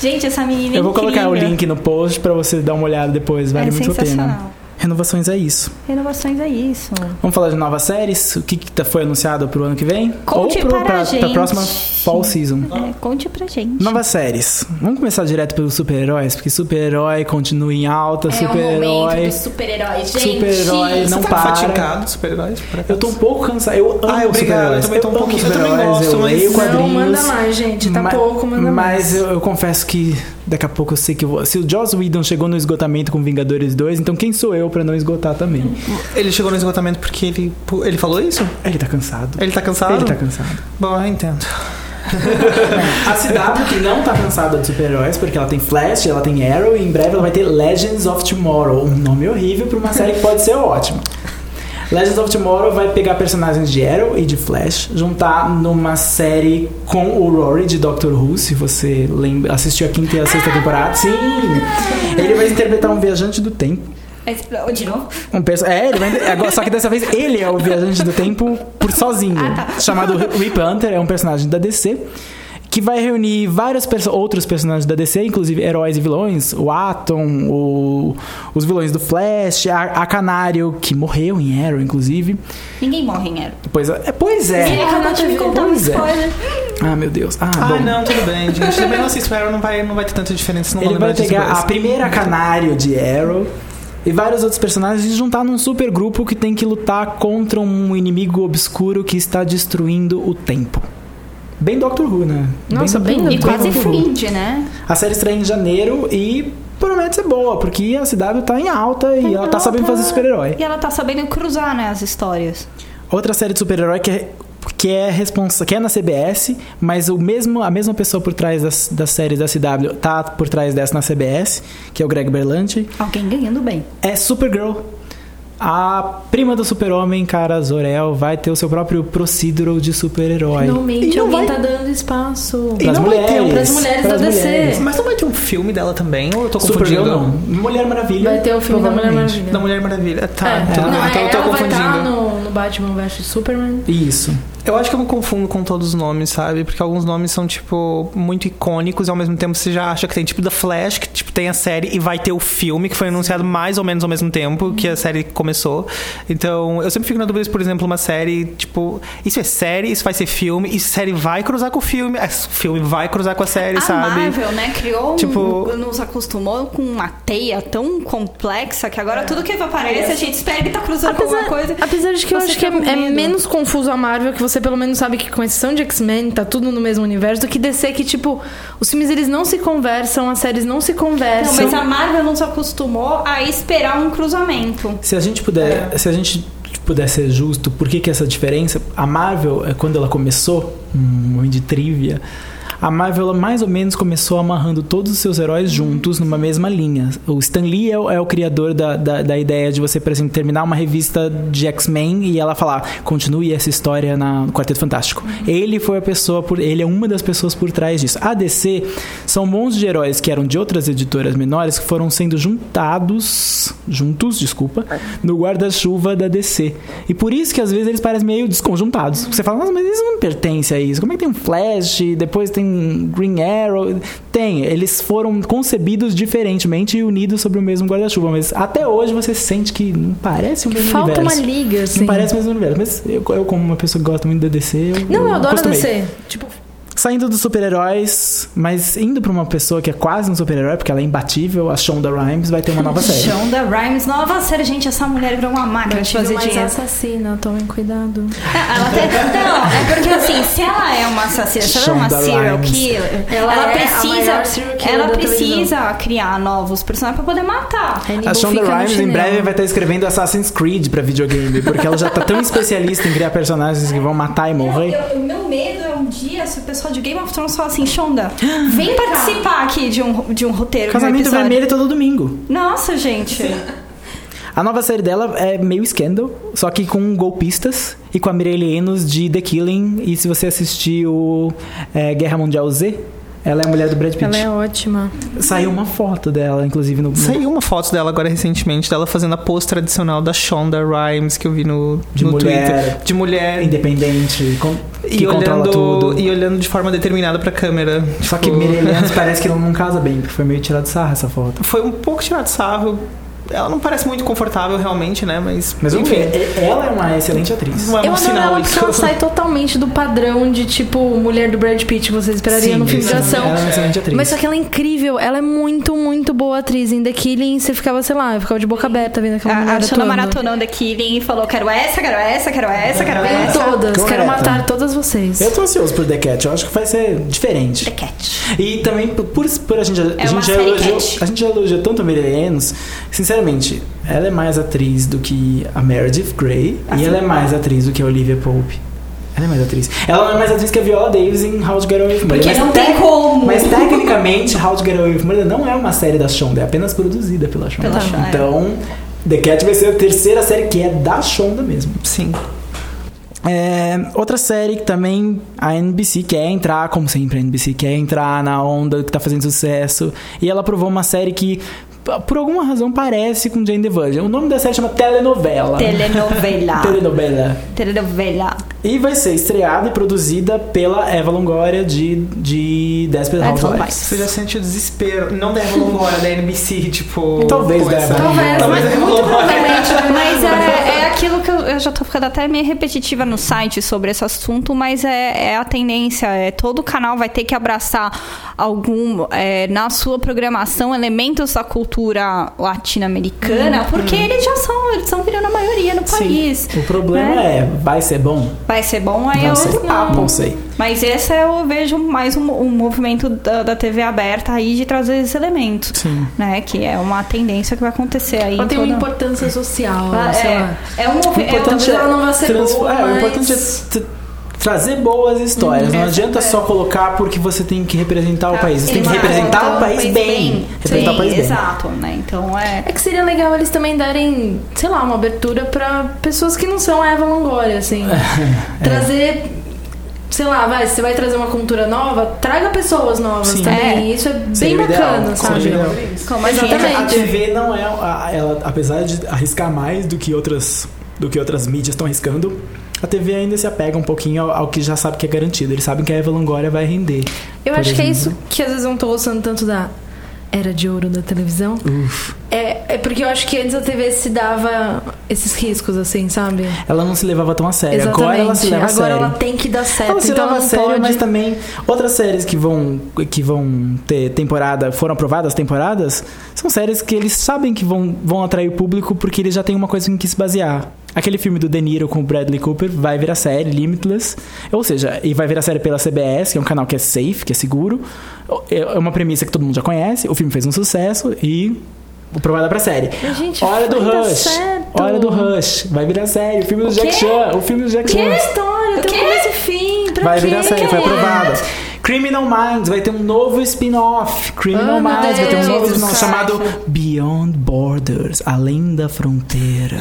Gente, essa menina é Eu vou colocar o incrível. link no post pra você dar uma olhada depois, vale É muito a pena. sensacional. Renovações é isso. Renovações é isso. Vamos falar de novas séries? O que, que tá- foi anunciado pro ano que vem? Conte Ou pro, para a pra gente. próxima fall season. É, conte pra gente. Novas séries. Vamos começar direto pelos super-heróis, porque super-herói continua em É alta, super-herói. super-herói, gente. Super-herói não Você para. tá fatigado, super-heróis? por acaso? Eu tô um pouco cansado. Eu amo Ah, obrigado, super-heróis. eu também tô um amo pouquinho- eu também super-heróis, gosto, eu mas leio não, Não, quadrinhos. manda mais, gente. Tá Ma- pouco, manda mais. Mas eu, eu confesso que daqui a pouco eu sei que eu vou. Se o Joss Whedon chegou no esgotamento com Vingadores 2, então quem sou eu pra não esgotar também? Ele chegou no esgotamento porque ele. Ele falou isso? Ele tá cansado. Ele tá cansado? Ele tá cansado. Bom, eu entendo. A CW que não tá cansada de super-heróis, porque ela tem Flash, ela tem Arrow e em breve ela vai ter Legends of Tomorrow, um nome horrível pra uma série que pode ser ótima. Legends of Tomorrow vai pegar personagens de Arrow e de Flash, juntar numa série com o Rory de Doctor Who, se você lembra, assistiu a quinta e a sexta temporada. Sim! Ele vai interpretar um viajante do tempo. Mas- De novo? Um perso é, ele vai, agora- só que dessa vez ele é o viajante do tempo por sozinho. Chamado Rip Hunter, é um personagem da DC. Que vai reunir vários perso- outros personagens da DC, inclusive heróis e vilões. O Atom, o- os vilões do Flash, a, a Canário, que morreu em Arrow, inclusive. Ninguém morre em Arrow. Pois é. Pois Ele é. acabou de me contar um Pois é. spoiler. Ah, meu Deus. Ah, Ah, bom. não, tudo bem, gente. Também não assisto Arrow, não vai, não vai ter tanta diferença. Não vou Ele vai lembrar disso pegar depois. a primeira canário de Arrow e vários outros personagens e juntar num super grupo que tem que lutar contra um inimigo obscuro que está destruindo o tempo. Bem Doctor Who, né? Nossa, bem- Doctor Who, E quase Doctor Who. Fringe, né? A série estreia em janeiro e promete ser boa, porque a CW tá em alta e ela tá sabendo fazer super-herói. E ela tá sabendo cruzar, né, as histórias. Outra série de super-herói que é que é responsa, que é na CBS, mas o mesmo a mesma pessoa por trás das, das séries da CW tá por trás dessa na CBS, que é o Greg Berlanti, Alguém ganhando bem. é Supergirl. A prima do Super-Homem, cara, Zor-El, vai ter o seu próprio procedural de super-herói. Finalmente, E não vai- alguém tá dando espaço. E- Pras não vai ter um pras mulheres pras da DC. mulheres. Mas não vai ter um filme dela também? Ou eu tô confundindo? Supergirl não. Mulher Maravilha. Vai ter o filme da Mulher provavelmente. Maravilha. Da Mulher Maravilha. Ah, Tá, É, tudo não, bem. Então é, eu tô ela vai confundindo. estar no, no Batman vs Superman. Isso. Eu acho que eu me confundo com todos os nomes, sabe? Porque alguns nomes são, tipo, muito icônicos e ao mesmo tempo você já acha que tem, tipo, The Flash, que tipo, tem a série e vai ter o filme, que foi anunciado mais ou menos ao mesmo tempo que a série começou. Então, eu sempre fico na dúvida se, por exemplo, uma série, tipo, isso é série, isso vai ser filme, e série vai cruzar com o filme, é, o filme vai cruzar com a série, a sabe? Marvel, né, criou um- Tipo- nos acostumou com uma teia tão complexa que agora tudo que aparece a gente espera que tá cruzando com alguma coisa. apesar de que eu Você acho que é, fica com é medo. menos confuso a Marvel, que você pelo menos sabe que com exceção de X-Men tá tudo no mesmo universo, do que DC, que tipo, os filmes eles não se conversam, as séries não se Não, conversam. mas a Marvel não se acostumou a esperar um cruzamento. Se a gente puder, se a gente puder ser justo, por que que essa diferença? A Marvel, é, quando ela começou, um monte de trivia, a Marvel ela mais ou menos começou amarrando todos os seus heróis juntos numa mesma linha. O Stan Lee é o, é o criador da, da, da ideia de você, por exemplo, terminar uma revista de X-Men e ela falar, continue essa história na, no Quarteto Fantástico. Ele foi a pessoa, por, ele é uma das pessoas por trás disso. A DC são um monte de heróis que eram de outras editoras menores que foram sendo juntados, juntos, desculpa, no guarda-chuva da DC. E por isso que às vezes eles parecem meio desconjuntados. Você fala, nossa, mas eles não pertencem a isso. Como é que tem um Flash, depois tem um Green Arrow? Tem, eles foram concebidos diferentemente e unidos sobre o mesmo guarda-chuva. Mas até hoje você sente que não parece o mesmo Falta uma universo. liga, assim. Não parece o mesmo universo. Mas eu, eu, como uma pessoa que gosta muito da DC, eu. Não, eu adoro acostumei. DC. Tipo, Saindo dos super-heróis, mas indo pra uma pessoa que é quase um super-herói, porque ela é imbatível, a Shonda Rhimes vai ter uma nova série. Shonda Rhimes, nova série, gente, essa mulher virou uma máquina de fazer mais dinheiro. assassina, tomem cuidado. Ela até- Não, é porque assim, se ela é uma assassina, se ela é uma Shonda serial Rhimes. killer, ela, Ela é a precisa, maior serial killer ela da precisa criar novos personagens pra poder matar. A Shonda Fica no Rhimes em chinelo. breve vai estar escrevendo Assassin's Creed pra videogame, porque ela já tá tão especialista em criar personagens que vão matar e morrer. Eu- eu- O meu medo é um dia se o pessoal de Game of Thrones falar assim, Shonda, vem participar aqui de um, de um roteiro. de um Casamento episódio." Vermelho todo domingo. Nossa, gente. A nova série dela é meio Scandal, só que com golpistas e com a Mireille Enos de The Killing. E se você assistiu é, Guerra Mundial Z, ela é a mulher do Brad Pitt. Ela é ótima. Saiu uma foto dela, inclusive, no, no Saiu uma foto dela agora recentemente, dela fazendo a pose tradicional da Shonda Rhimes, que eu vi no, De no mulher. Twitter. De mulher. independente, com- que e controla olhando, tudo. E olhando de forma determinada pra câmera. Só que Tipo, Mireille Enos parece que ela não casa bem, porque foi meio tirado de sarra essa foto. Foi um pouco tirado de sarro. Ela não parece muito confortável realmente, né? Mas, Mas vamos enfim. ver, e- ela é uma excelente atriz. Não é eu um adoro sinal ela porque ela isso. sai totalmente do padrão de, tipo, mulher do Brad Pitt, que você esperaria Sim, no filme de sim, ação. Ela é uma excelente atriz. Mas só que ela é incrível, ela é muito, muito boa atriz. Em The Killing, você ficava, sei lá, eu ficava de boca aberta vendo aquela A, mulher a Shonda atuando. maratonando aqui e falou, quero essa, quero essa, quero essa, quero Em né? essa. Todas, Correta. quero matar todas vocês. Eu tô ansioso por The Cat, eu acho que vai ser The diferente. Cat. E também, por, por- por a gente, a, uma gente já série elogiou, Cat. a gente já elogiou tanto a Mireille Enos, sinceramente, ela é mais atriz do que a Meredith Grey e ela é mais atriz do que a Olivia Pope. Ela é mais atriz. Ela não é mais atriz que a Viola Davis em How to Get Away with Murder. Porque mas não tem tec- como. Mas tecnicamente, How to Get Away with Murder não é uma série da Shonda, é apenas produzida pela Shonda. Pela Shonda, é. então, The Cat vai ser a terceira série que é da Shonda mesmo. Sim. É, outra série que também a NBC quer entrar, como sempre, a NBC quer entrar na onda que tá fazendo sucesso. E ela provou uma série que, p- por alguma razão, parece com Jane the Virgin. O nome da série chama Telenovela. Ah. Telenovela. Telenovela. Telenovela. E vai ser estreada e produzida pela Eva Longoria de, de Desperate Desperate Housewives. Você já sente o desespero. Não né, da Eva Longoria, da NBC, tipo... Talvez né? com da essa- Eva Longoria. Talvez da Eva Longoria. Mas é, é aquilo que eu, eu já tô ficando até meio repetitiva no site sobre esse assunto, mas é, é a tendência. É, todo canal vai ter que abraçar algum é, na sua programação elementos da cultura latino-americana, Hum, porque eles já são, eles são virando a maioria no Sim. país. né? O problema é, vai ser bom? Vai ser bom, aí não é sei. Ah, outro papo. Não sei. Mas esse é, eu vejo mais um, um movimento da, da TV aberta aí de trazer esses elementos. Sim. né? Que é uma tendência que vai acontecer aí. Ela em tem um uma toda- importância social, Ah, sei lá. é, é um movimento. Talvez ela não vá ser trans- é, boa, o mas- Uhum, importante é tra- trazer boas histórias. não é adianta só colocar porque você tem que representar Tá, o país. Você tem que Exato. representar o país bem. Representar Sim, o país bem. exato, né? Então é. É que seria legal eles também darem, sei lá, uma abertura pra pessoas que não são a Eva Longoria, assim. É. Trazer, sei lá, vai, você vai trazer uma cultura nova, traga pessoas novas Sim. também. É. Isso é bem Seria o bacana, ideal, sabe? seria o ideal. Como a gente- Exatamente. A TV não é. a- ela, apesar de arriscar mais do que outras, do que outras mídias estão arriscando, a TV ainda se apega um pouquinho ao, ao que já sabe que é garantido. Eles sabem que a Eva Longoria vai render. Eu por acho que é exemplo. isso que às vezes eu não tô gostando tanto da era de ouro da televisão. É, é porque eu acho que antes a TV se dava esses riscos, assim, sabe? Ela não se levava tão a sério. Exatamente. É, Agora ela se leva a Agora sério. ela tem que dar certo. Ela se então leva ela a não sério, pode... mas também outras séries que vão, que vão ter temporada, foram aprovadas temporadas, são séries que eles sabem que vão, vão atrair o público porque eles já têm uma coisa em que se basear. Aquele filme do De Niro com o Bradley Cooper vai virar série, Limitless, ou seja, e vai virar série pela CBS, que é um canal que é safe, que é seguro, é é uma premissa que todo mundo já conhece, o filme fez um sucesso e... Aprovada pra série. Mas, gente, Hora do vai dar Rush. certo. Hora do Rush. Vai virar série. O filme do Jack quê? Chan. O filme do Jack Que Chan. história? Tem um começo e fim. Pra Vai quê? virar série, foi Quem é? aprovada. Criminal Minds vai ter um novo spin-off. Criminal Ah, meu Minds vai ter um Deus, novo spin-off cara. chamado Beyond Borders, Além da Fronteira.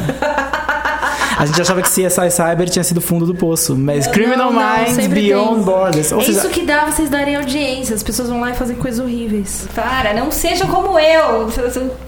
A gente achava que CSI Cyber tinha sido o fundo do poço, mas Criminal Não, não, Minds sempre Beyond tem. Borders. Ou é seja, isso que dá vocês darem audiência. As pessoas vão lá e fazem coisas horríveis. Para, não seja como eu.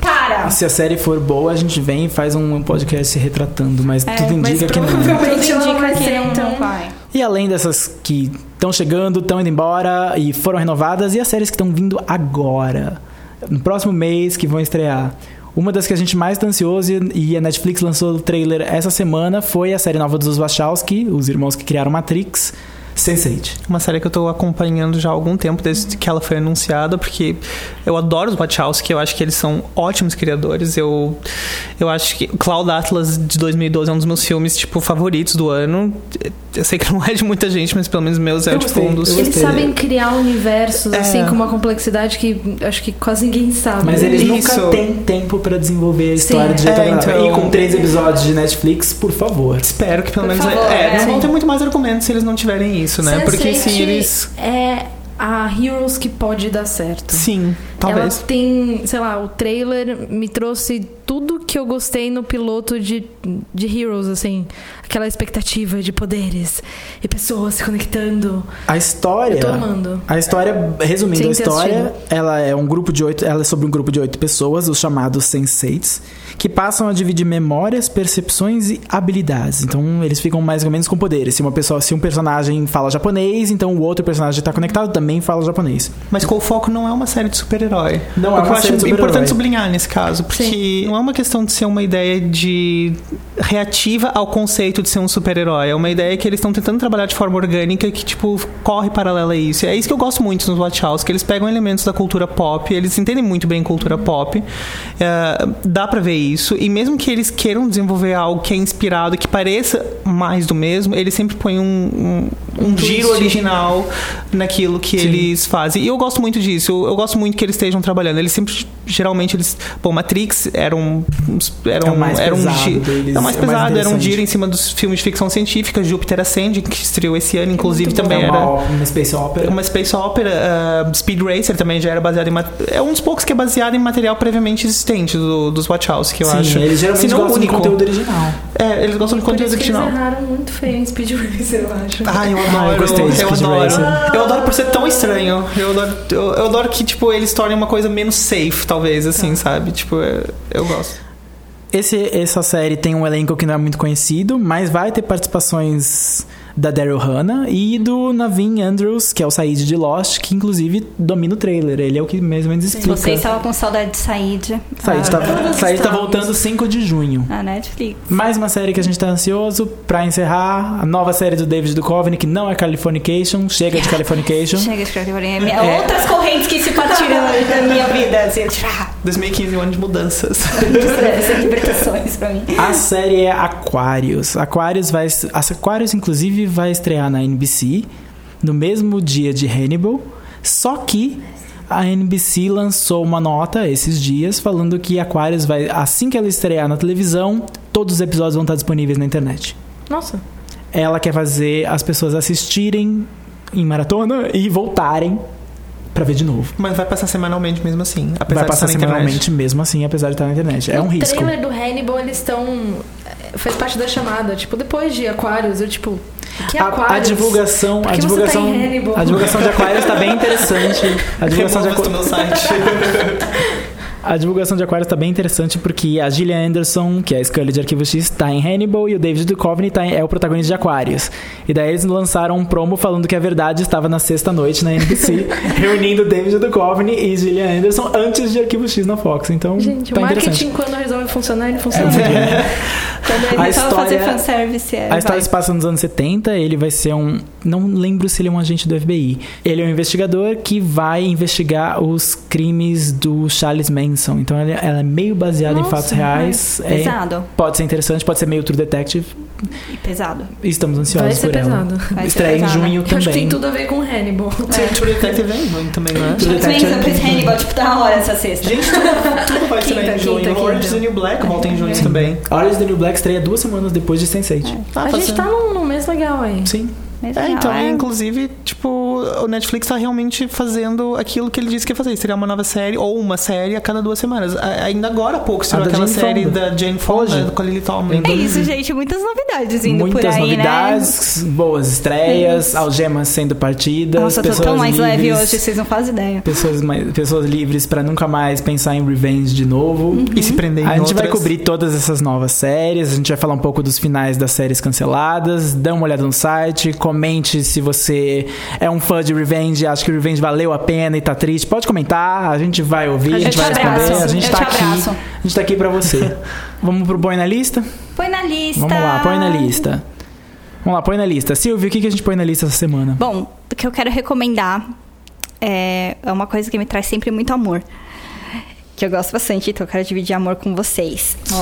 Para. se a série for boa, a gente vem e faz um podcast se retratando, mas É, tudo mas indica que não. Tudo Provavelmente ela não indica vai que ser, não então. vai. E além dessas que estão chegando, estão indo embora e foram renovadas, e as séries que estão vindo agora, no próximo mês, que vão estrear. Uma das que a gente mais tá ansioso e- e a Netflix lançou o trailer essa semana foi a série nova dos Wachowski, os irmãos que criaram Matrix, Sense8. Uma série que eu tô acompanhando já há algum tempo, desde que ela foi anunciada, porque eu adoro os Wachowski, eu acho que eles são ótimos criadores. Eu, eu acho que Cloud Atlas de 2012 é um dos meus filmes, tipo, favoritos do ano. Eu sei que não é de muita gente, mas pelo menos meus é, Eu tipo, gostei, um dos... eu Eles gostei. sabem criar universos, É. assim, com uma complexidade que acho que quase ninguém sabe. Mas eles nunca Ah, Isso. têm tempo pra desenvolver a história de Sim. jeito É, agradável. então- E com três episódios de Netflix, por favor. Espero que pelo Por menos... favor, é, né? não vão Sim. ter muito mais argumentos se eles não tiverem isso, né? Porque, Sense8 assim, eles... É a Heroes que pode dar certo. Sim, talvez. Ela tem, sei lá, o trailer me trouxe tudo que eu gostei no piloto de, de Heroes, assim. Aquela expectativa de poderes e pessoas se conectando. A história. Eu tô amando. A história, resumindo Sem a ter história, assistido. ela é um grupo de oito, ela é sobre um grupo de oito pessoas, os chamados senseis, que passam a dividir memórias, percepções e habilidades. Então, eles ficam mais ou menos com poderes. Se uma pessoa, se um personagem fala japonês, então o outro personagem está conectado também fala japonês. Mas com o foco não é uma série de super-herói. Não é o que uma eu série de acho super-herói. importante sublinhar nesse caso, porque não é uma questão de ser uma ideia de reativa ao conceito de ser um super-herói. É uma ideia que eles estão tentando trabalhar de forma orgânica que, tipo, corre paralela a isso. E é isso que eu gosto muito nos Watch House, que eles pegam elementos da cultura pop, eles entendem muito bem cultura pop. É, dá pra ver isso. E mesmo que eles queiram desenvolver algo que é inspirado, que pareça mais do mesmo, eles sempre põem um, um, um giro original naquilo que eles fazem. E eu gosto muito disso. Eu, eu gosto muito que eles estejam trabalhando. Eles sempre, geralmente, eles. Bom, Matrix era um. Era É o um, mais era um pesado gi- deles, é o mais é o mais pesado, era um interessante. giro em cima dos filmes de ficção científica. Júpiter Ascending, que estreou esse ano, inclusive, também é era. uma, uma space opera. Uma Space Opera, ah, Speed Racer também já era baseado em. ma- É um dos poucos que é baseado em material previamente existente do, dos Watch House, que eu Sim, acho. eles geralmente Se não gostam único. de conteúdo original. É, eles gostam de Por conteúdo isso que eles original. erraram muito feio em Speed Racer, eu acho. Ah, eu Ah, adoro. eu gostei de eu Speed adoro. Racer. Eu adoro por ser tão estranho. Eu adoro, eu, eu adoro que, tipo, eles tornem uma coisa menos safe, talvez, assim, Tá. sabe? Tipo, é- eu gosto. Esse- essa série tem um elenco que não é muito conhecido, mas vai ter participações da Daryl Hannah e do Navin Andrews, que é o Said de Lost, que inclusive domina o trailer. Ele é o que mais ou menos explica. Você estava com saudade de Said. Said, Ah, tá, todos Said tá estávamos. voltando 5 de junho. Na Netflix. Mais uma série que a gente tá ansioso pra encerrar. A nova série do David Duchovny, que não é Californication. Chega de Californication. Chega de escrever. É. Outras correntes que se partiram da minha vida. Assim, ah, 2015 é um ano de mudanças. essas libertações pra mim. A série é Aquarius. Aquarius vai. Aquarius, inclusive, vai estrear na NBC. no mesmo dia de Hannibal, só que a NBC lançou uma nota esses dias falando que Aquarius vai, assim que ela estrear na televisão, todos os episódios vão estar disponíveis na internet. Nossa. Ela quer fazer as pessoas assistirem em maratona e voltarem pra ver de novo. Mas vai passar semanalmente mesmo assim. Apesar vai de passar estar na internet. semanalmente mesmo assim, apesar de estar na internet. É um no risco. trailer do Hannibal, eles estão. Faz parte da chamada. Tipo, depois de Aquarius, eu tipo. Que A- Aquarius? A, divulgação, Por a que você tá divulgação, em Hannibal? a divulgação de Aquarius tá bem interessante. A divulgação de Remove isso Aquarius do meu site. A divulgação de Aquarius tá bem interessante porque a Gillian Anderson, que é a Scully de Arquivo X, tá em Hannibal e o David Duchovny tá em- é o protagonista de Aquarius. E daí eles lançaram um promo falando que a verdade estava na sexta-noite na NBC, reunindo David Duchovny e Gillian Anderson antes de Arquivo X na Fox. Então, Gente, tá o interessante. marketing, quando resolve funcionar, ele funciona. É, Quando ele A tava história- fazer fanservice, é, A história vai. se passa nos anos 70, ele vai ser um. Não lembro se ele é um agente do FBI. Ele é um investigador que vai investigar os crimes do Charles Manson. Então ele- ela é meio baseada em Nossa, fatos reais. É- Pesado. Pode ser interessante, pode ser meio True Detective. Pesado. Estamos Vai ansiosos ser por ela. pesado. né? Vai ser Estreia em pesado. junho Eu acho que tem também. tudo a ver com Hannibal. True Detective é em junho também, não é? True Gente, tipo, Detective pensa, Chris Hannibal, tipo, da hora essa sexta. Gente, tudo, tudo vai Quinta, ser em junho. quinta, É. quinta. Orange is the New Black volta em junho Sim. também. Orange is the New Black estreia duas semanas depois de Sense8. É. Ah, a gente fazendo- tá num, num mês legal aí. Sim. Mas É, não, então, né, é- inclusive, tipo, o Netflix tá realmente fazendo aquilo que ele disse que ia fazer. Seria uma nova série, ou uma série a cada duas semanas. A- Ainda agora há A pouco, estreou da aquela Jane série Fonda. da Jane Fonda Hoje. com a Lily Tomlin. É isso, gente. Muitas novidades vindo Muitas por aí, né? novidades, boas estreias, Isso. algemas sendo partidas. Nossa, eu tô tão pessoas mais leve livres. hoje, vocês não fazem ideia. pessoas, mais- pessoas livres pra nunca mais pensar em revenge de novo. E se prender em A gente vai outras. cobrir todas essas novas séries, a gente vai falar um pouco dos finais das séries canceladas, dá uma olhada no site, comente se você é um fã de Revenge, acha que Revenge valeu a pena e tá triste, pode comentar, a gente vai ouvir, a Eu gente te vai responder, abraço, a gente eu tá te aqui. abraço. A gente tá aqui pra você. Vamos pro Põe na Lista? Põe na lista. Vamos lá, põe na lista. Vamos lá, põe na lista. Silvio, o que, que a gente põe na lista essa semana? Bom, o que eu quero recomendar é é uma coisa que me traz sempre muito amor. Que eu gosto bastante, então eu quero dividir amor com vocês. Que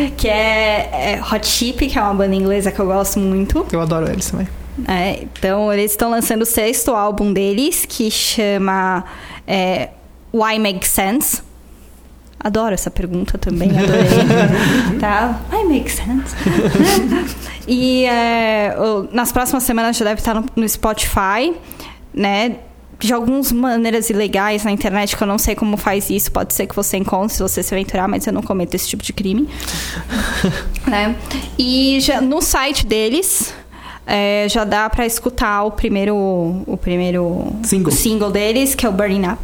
é. Que é, é Hot Chip, que é uma banda inglesa que eu gosto muito. Eu adoro eles também. É, então, eles estão lançando o sexto álbum deles, que chama é, Why Make Sense. Adoro essa pergunta também, adorei. tá? Why Make Sense? e é, o- nas próximas semanas já deve estar no, no Spotify, né? De algumas maneiras ilegais na internet, que eu não sei como faz isso. Pode ser que você encontre se você se aventurar, mas eu não cometo esse tipo de crime né? E já, no site deles é, já dá pra escutar o primeiro o primeiro Single. deles, que é o Burning Up.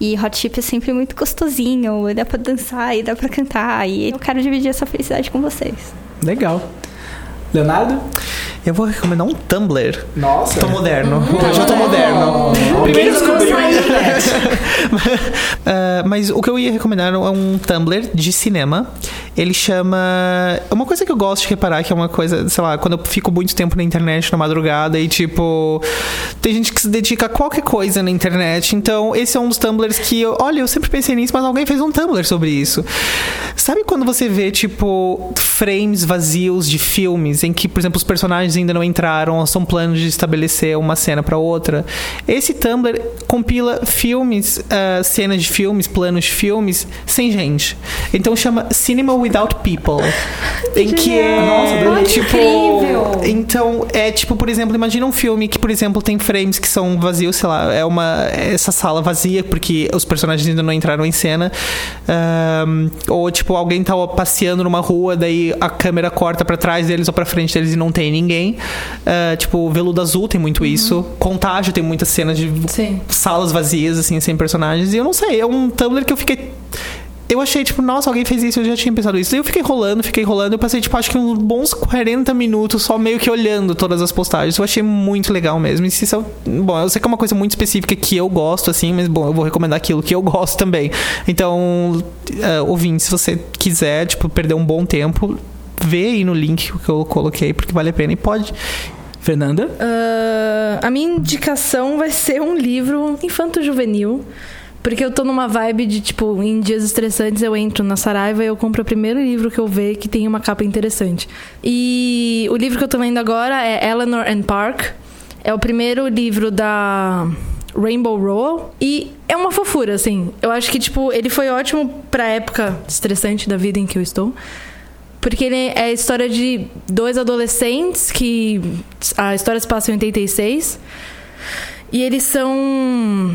E Hot Chip é sempre muito gostosinho, e dá pra dançar e dá pra cantar. E eu quero dividir essa felicidade com vocês. Legal. Leonardo? Eu vou recomendar um Tumblr. Nossa. Tô moderno. Hoje eu tô moderno. Primeiro descobri. Ah, mas o que eu ia recomendar é um Tumblr de cinema. Ele chama. é Uma coisa que eu gosto de reparar, que é uma coisa, sei lá, quando eu fico muito tempo na internet na madrugada e tipo. Tem gente que se dedica a qualquer coisa na internet. Então, esse é um dos Tumblrs que eu. Olha, eu sempre pensei nisso, mas alguém fez um Tumblr sobre isso. Sabe quando você vê, tipo, frames vazios de filmes em que, por exemplo, os personagens ainda não entraram, ou são planos de estabelecer uma cena pra outra? Esse Tumblr compila filmes, ah, cenas de filmes, planos de filmes, sem gente. Então chama Cinema Without People. em que é. Nossa, tipo, incrível! então, é tipo, por exemplo, imagina um filme que, por exemplo, tem frames que são vazios, sei lá, é uma essa sala vazia porque os personagens ainda não entraram em cena. Ahn, ou tipo, alguém tá passeando numa rua, daí a câmera corta pra trás deles ou pra frente deles e não tem ninguém. Ah, tipo, Veludo Azul tem muito isso. Contágio tem muitas cenas de Sim. salas vazias, assim, sem personagens. E eu não sei, é um Tumblr que eu fiquei. Eu achei, tipo, nossa, alguém fez isso, eu já tinha pensado isso. Daí eu fiquei rolando, fiquei rolando. Eu passei, tipo, acho que uns bons 40 minutos só meio que olhando todas as postagens. Eu achei muito legal mesmo. E se isso é- bom, eu sei que é uma coisa muito específica que eu gosto, assim, mas, bom, eu vou recomendar aquilo que eu gosto também. Então, eh, ouvinte, se você quiser, tipo, perder um bom tempo, vê aí no link que eu coloquei, porque vale a pena. E pode. Fernanda? Ah, a minha indicação vai ser um livro infanto-juvenil Porque eu tô numa vibe de, tipo, em dias estressantes eu entro na Saraiva e eu compro o primeiro livro que eu ver que tem uma capa interessante. E o livro que eu tô lendo agora é Eleanor and Park. É o primeiro livro da Rainbow Rowell. E é uma fofura, assim. Eu acho que, tipo, ele foi ótimo pra época estressante da vida em que eu estou. Porque ele é a história de dois adolescentes que. A história se passa em 86. E eles são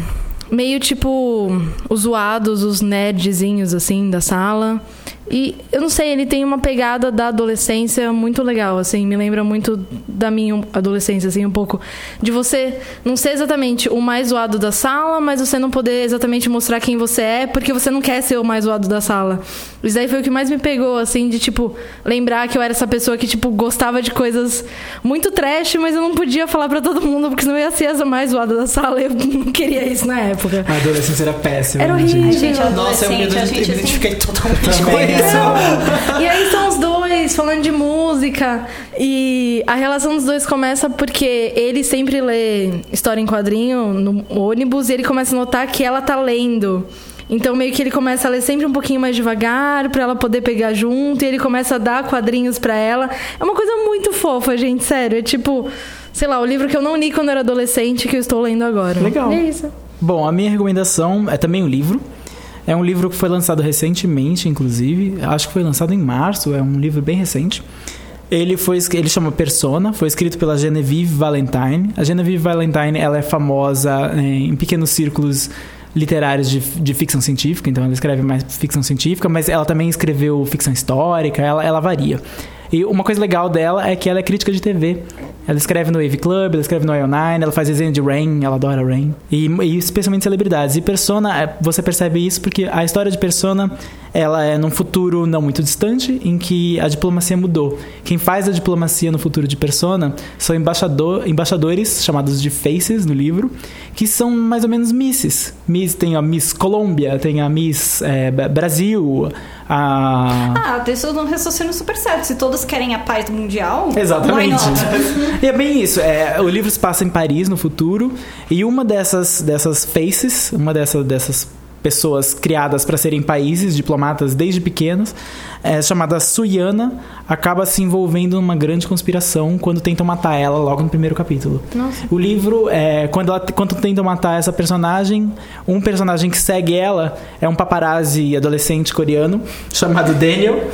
meio tipo os zoados, os nerdzinhos assim da sala. E eu não sei, ele tem uma pegada da adolescência muito legal, assim, me lembra muito da minha adolescência, assim, um pouco. De você não ser exatamente o mais zoado da sala, mas você não poder exatamente mostrar quem você é, porque você não quer ser o mais zoado da sala. Isso daí foi o que mais me pegou, assim, de tipo, lembrar que eu era essa pessoa que, tipo, gostava de coisas muito trash, mas eu não podia falar pra todo mundo, porque senão eu ia ser a mais zoada da sala. Eu não queria isso na época. A adolescência era péssima. Era né, horrível. Ai, gente? é gente, é um Nossa, eu me adolescente, a gente sempre... identifiquei totalmente com Também. isso. E aí são os dois falando de música. E a relação dos dois começa porque ele sempre lê história em quadrinho no ônibus e ele começa a notar que ela tá lendo. Então meio que ele começa a ler sempre um pouquinho mais devagar pra ela poder pegar junto e ele começa a dar quadrinhos pra ela. É uma coisa muito fofa, gente, sério. É tipo, sei lá, o livro que eu não li quando era adolescente que eu estou lendo agora. Legal. É isso. Bom, a minha recomendação é também um livro. É um livro que foi lançado recentemente, inclusive. Acho que foi lançado em março, é um livro bem recente. Ele foi es- ele chama Persona, foi escrito pela Genevieve Valentine. A Genevieve Valentine, ela é famosa eh, em pequenos círculos literários de, de ficção científica, então ela escreve mais ficção científica, mas ela também escreveu ficção histórica, ela, ela varia. E uma coisa legal dela é que ela é crítica de TV. Ela escreve no Wave Club, ela escreve no IO9, ela faz desenho de Rain, ela adora Rain. E, e especialmente celebridades. E Persona, é, você percebe isso porque a história de Persona, ela é num futuro não muito distante, em que a diplomacia mudou. Quem faz a diplomacia no futuro de Persona são embaixador, embaixadores, chamados de Faces no livro, que são mais ou menos Misses. Miss, tem a Miss Colômbia, tem a Miss eh, Ba- Brasil, a... Ah, isso não raciocínio super certo. Se todos querem a paz mundial. why Exatamente. not? e é bem isso. É, o livro se passa em Paris no futuro e uma dessas dessas faces, uma dessa, dessas pessoas criadas para serem países diplomatas desde pequenos, é, chamada Suyana, acaba se envolvendo numa grande conspiração quando tentam matar ela logo no primeiro capítulo. O livro é quando ela, quando tentam matar essa personagem, um personagem que segue ela é um paparazzi adolescente coreano chamado Daniel.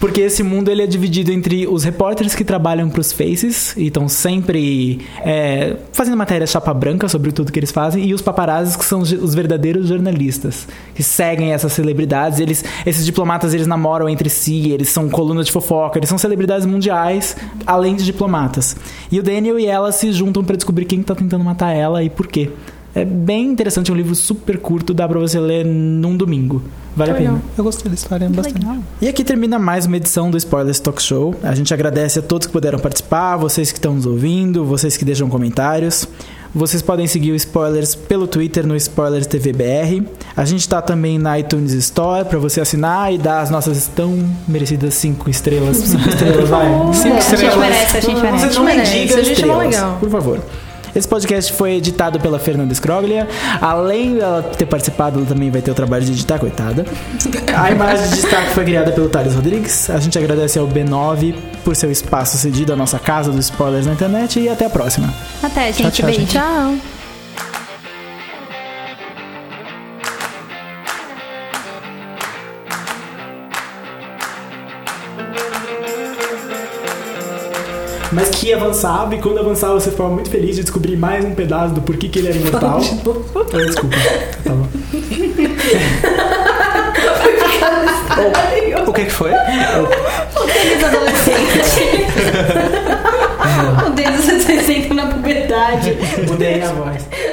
Porque esse mundo ele é dividido entre os repórteres que trabalham para os faces e estão sempre é, fazendo matéria chapa branca sobre tudo que eles fazem e os paparazzis que são os os verdadeiros jornalistas que seguem essas celebridades. Eles, esses diplomatas eles namoram entre si, eles são coluna de fofoca, eles são celebridades mundiais além de diplomatas. E o Daniel e ela se juntam para descobrir quem está tentando matar ela e por quê. É bem interessante, é um livro super curto, dá pra você ler num domingo. Vale a pena. Eu gostei da história bastante. E aqui termina mais uma edição do Spoilers Talk Show. A gente agradece a todos que puderam participar, vocês que estão nos ouvindo, vocês que deixam comentários. Vocês podem seguir o Spoilers pelo Twitter no Spoilers TV BR. A gente tá também na iTunes Store para você assinar e dar as nossas tão merecidas 5 estrelas. 5 estrelas, vai. 5 É, A gente merece, a gente merece. Vocês não merece, mendigam a gente é mó estrelas, legal. por favor. Esse podcast foi editado pela Fernanda Scroglia. Além dela ter participado, ela também vai ter o trabalho de editar, coitada. A imagem de destaque foi criada pelo Thales Rodrigues. A gente agradece ao B9 por seu espaço cedido à nossa casa dos spoilers na internet e até a próxima. Até, gente. tchau, beijo. gente. Tchau. Mas que avançava e quando avançava você ficava muito feliz de descobrir mais um pedaço do porquê que ele era imortal. Ah, Desculpa. Tá bom. O que que foi? Eles adolescentes. o deles 60 na puberdade. Mudei a voz.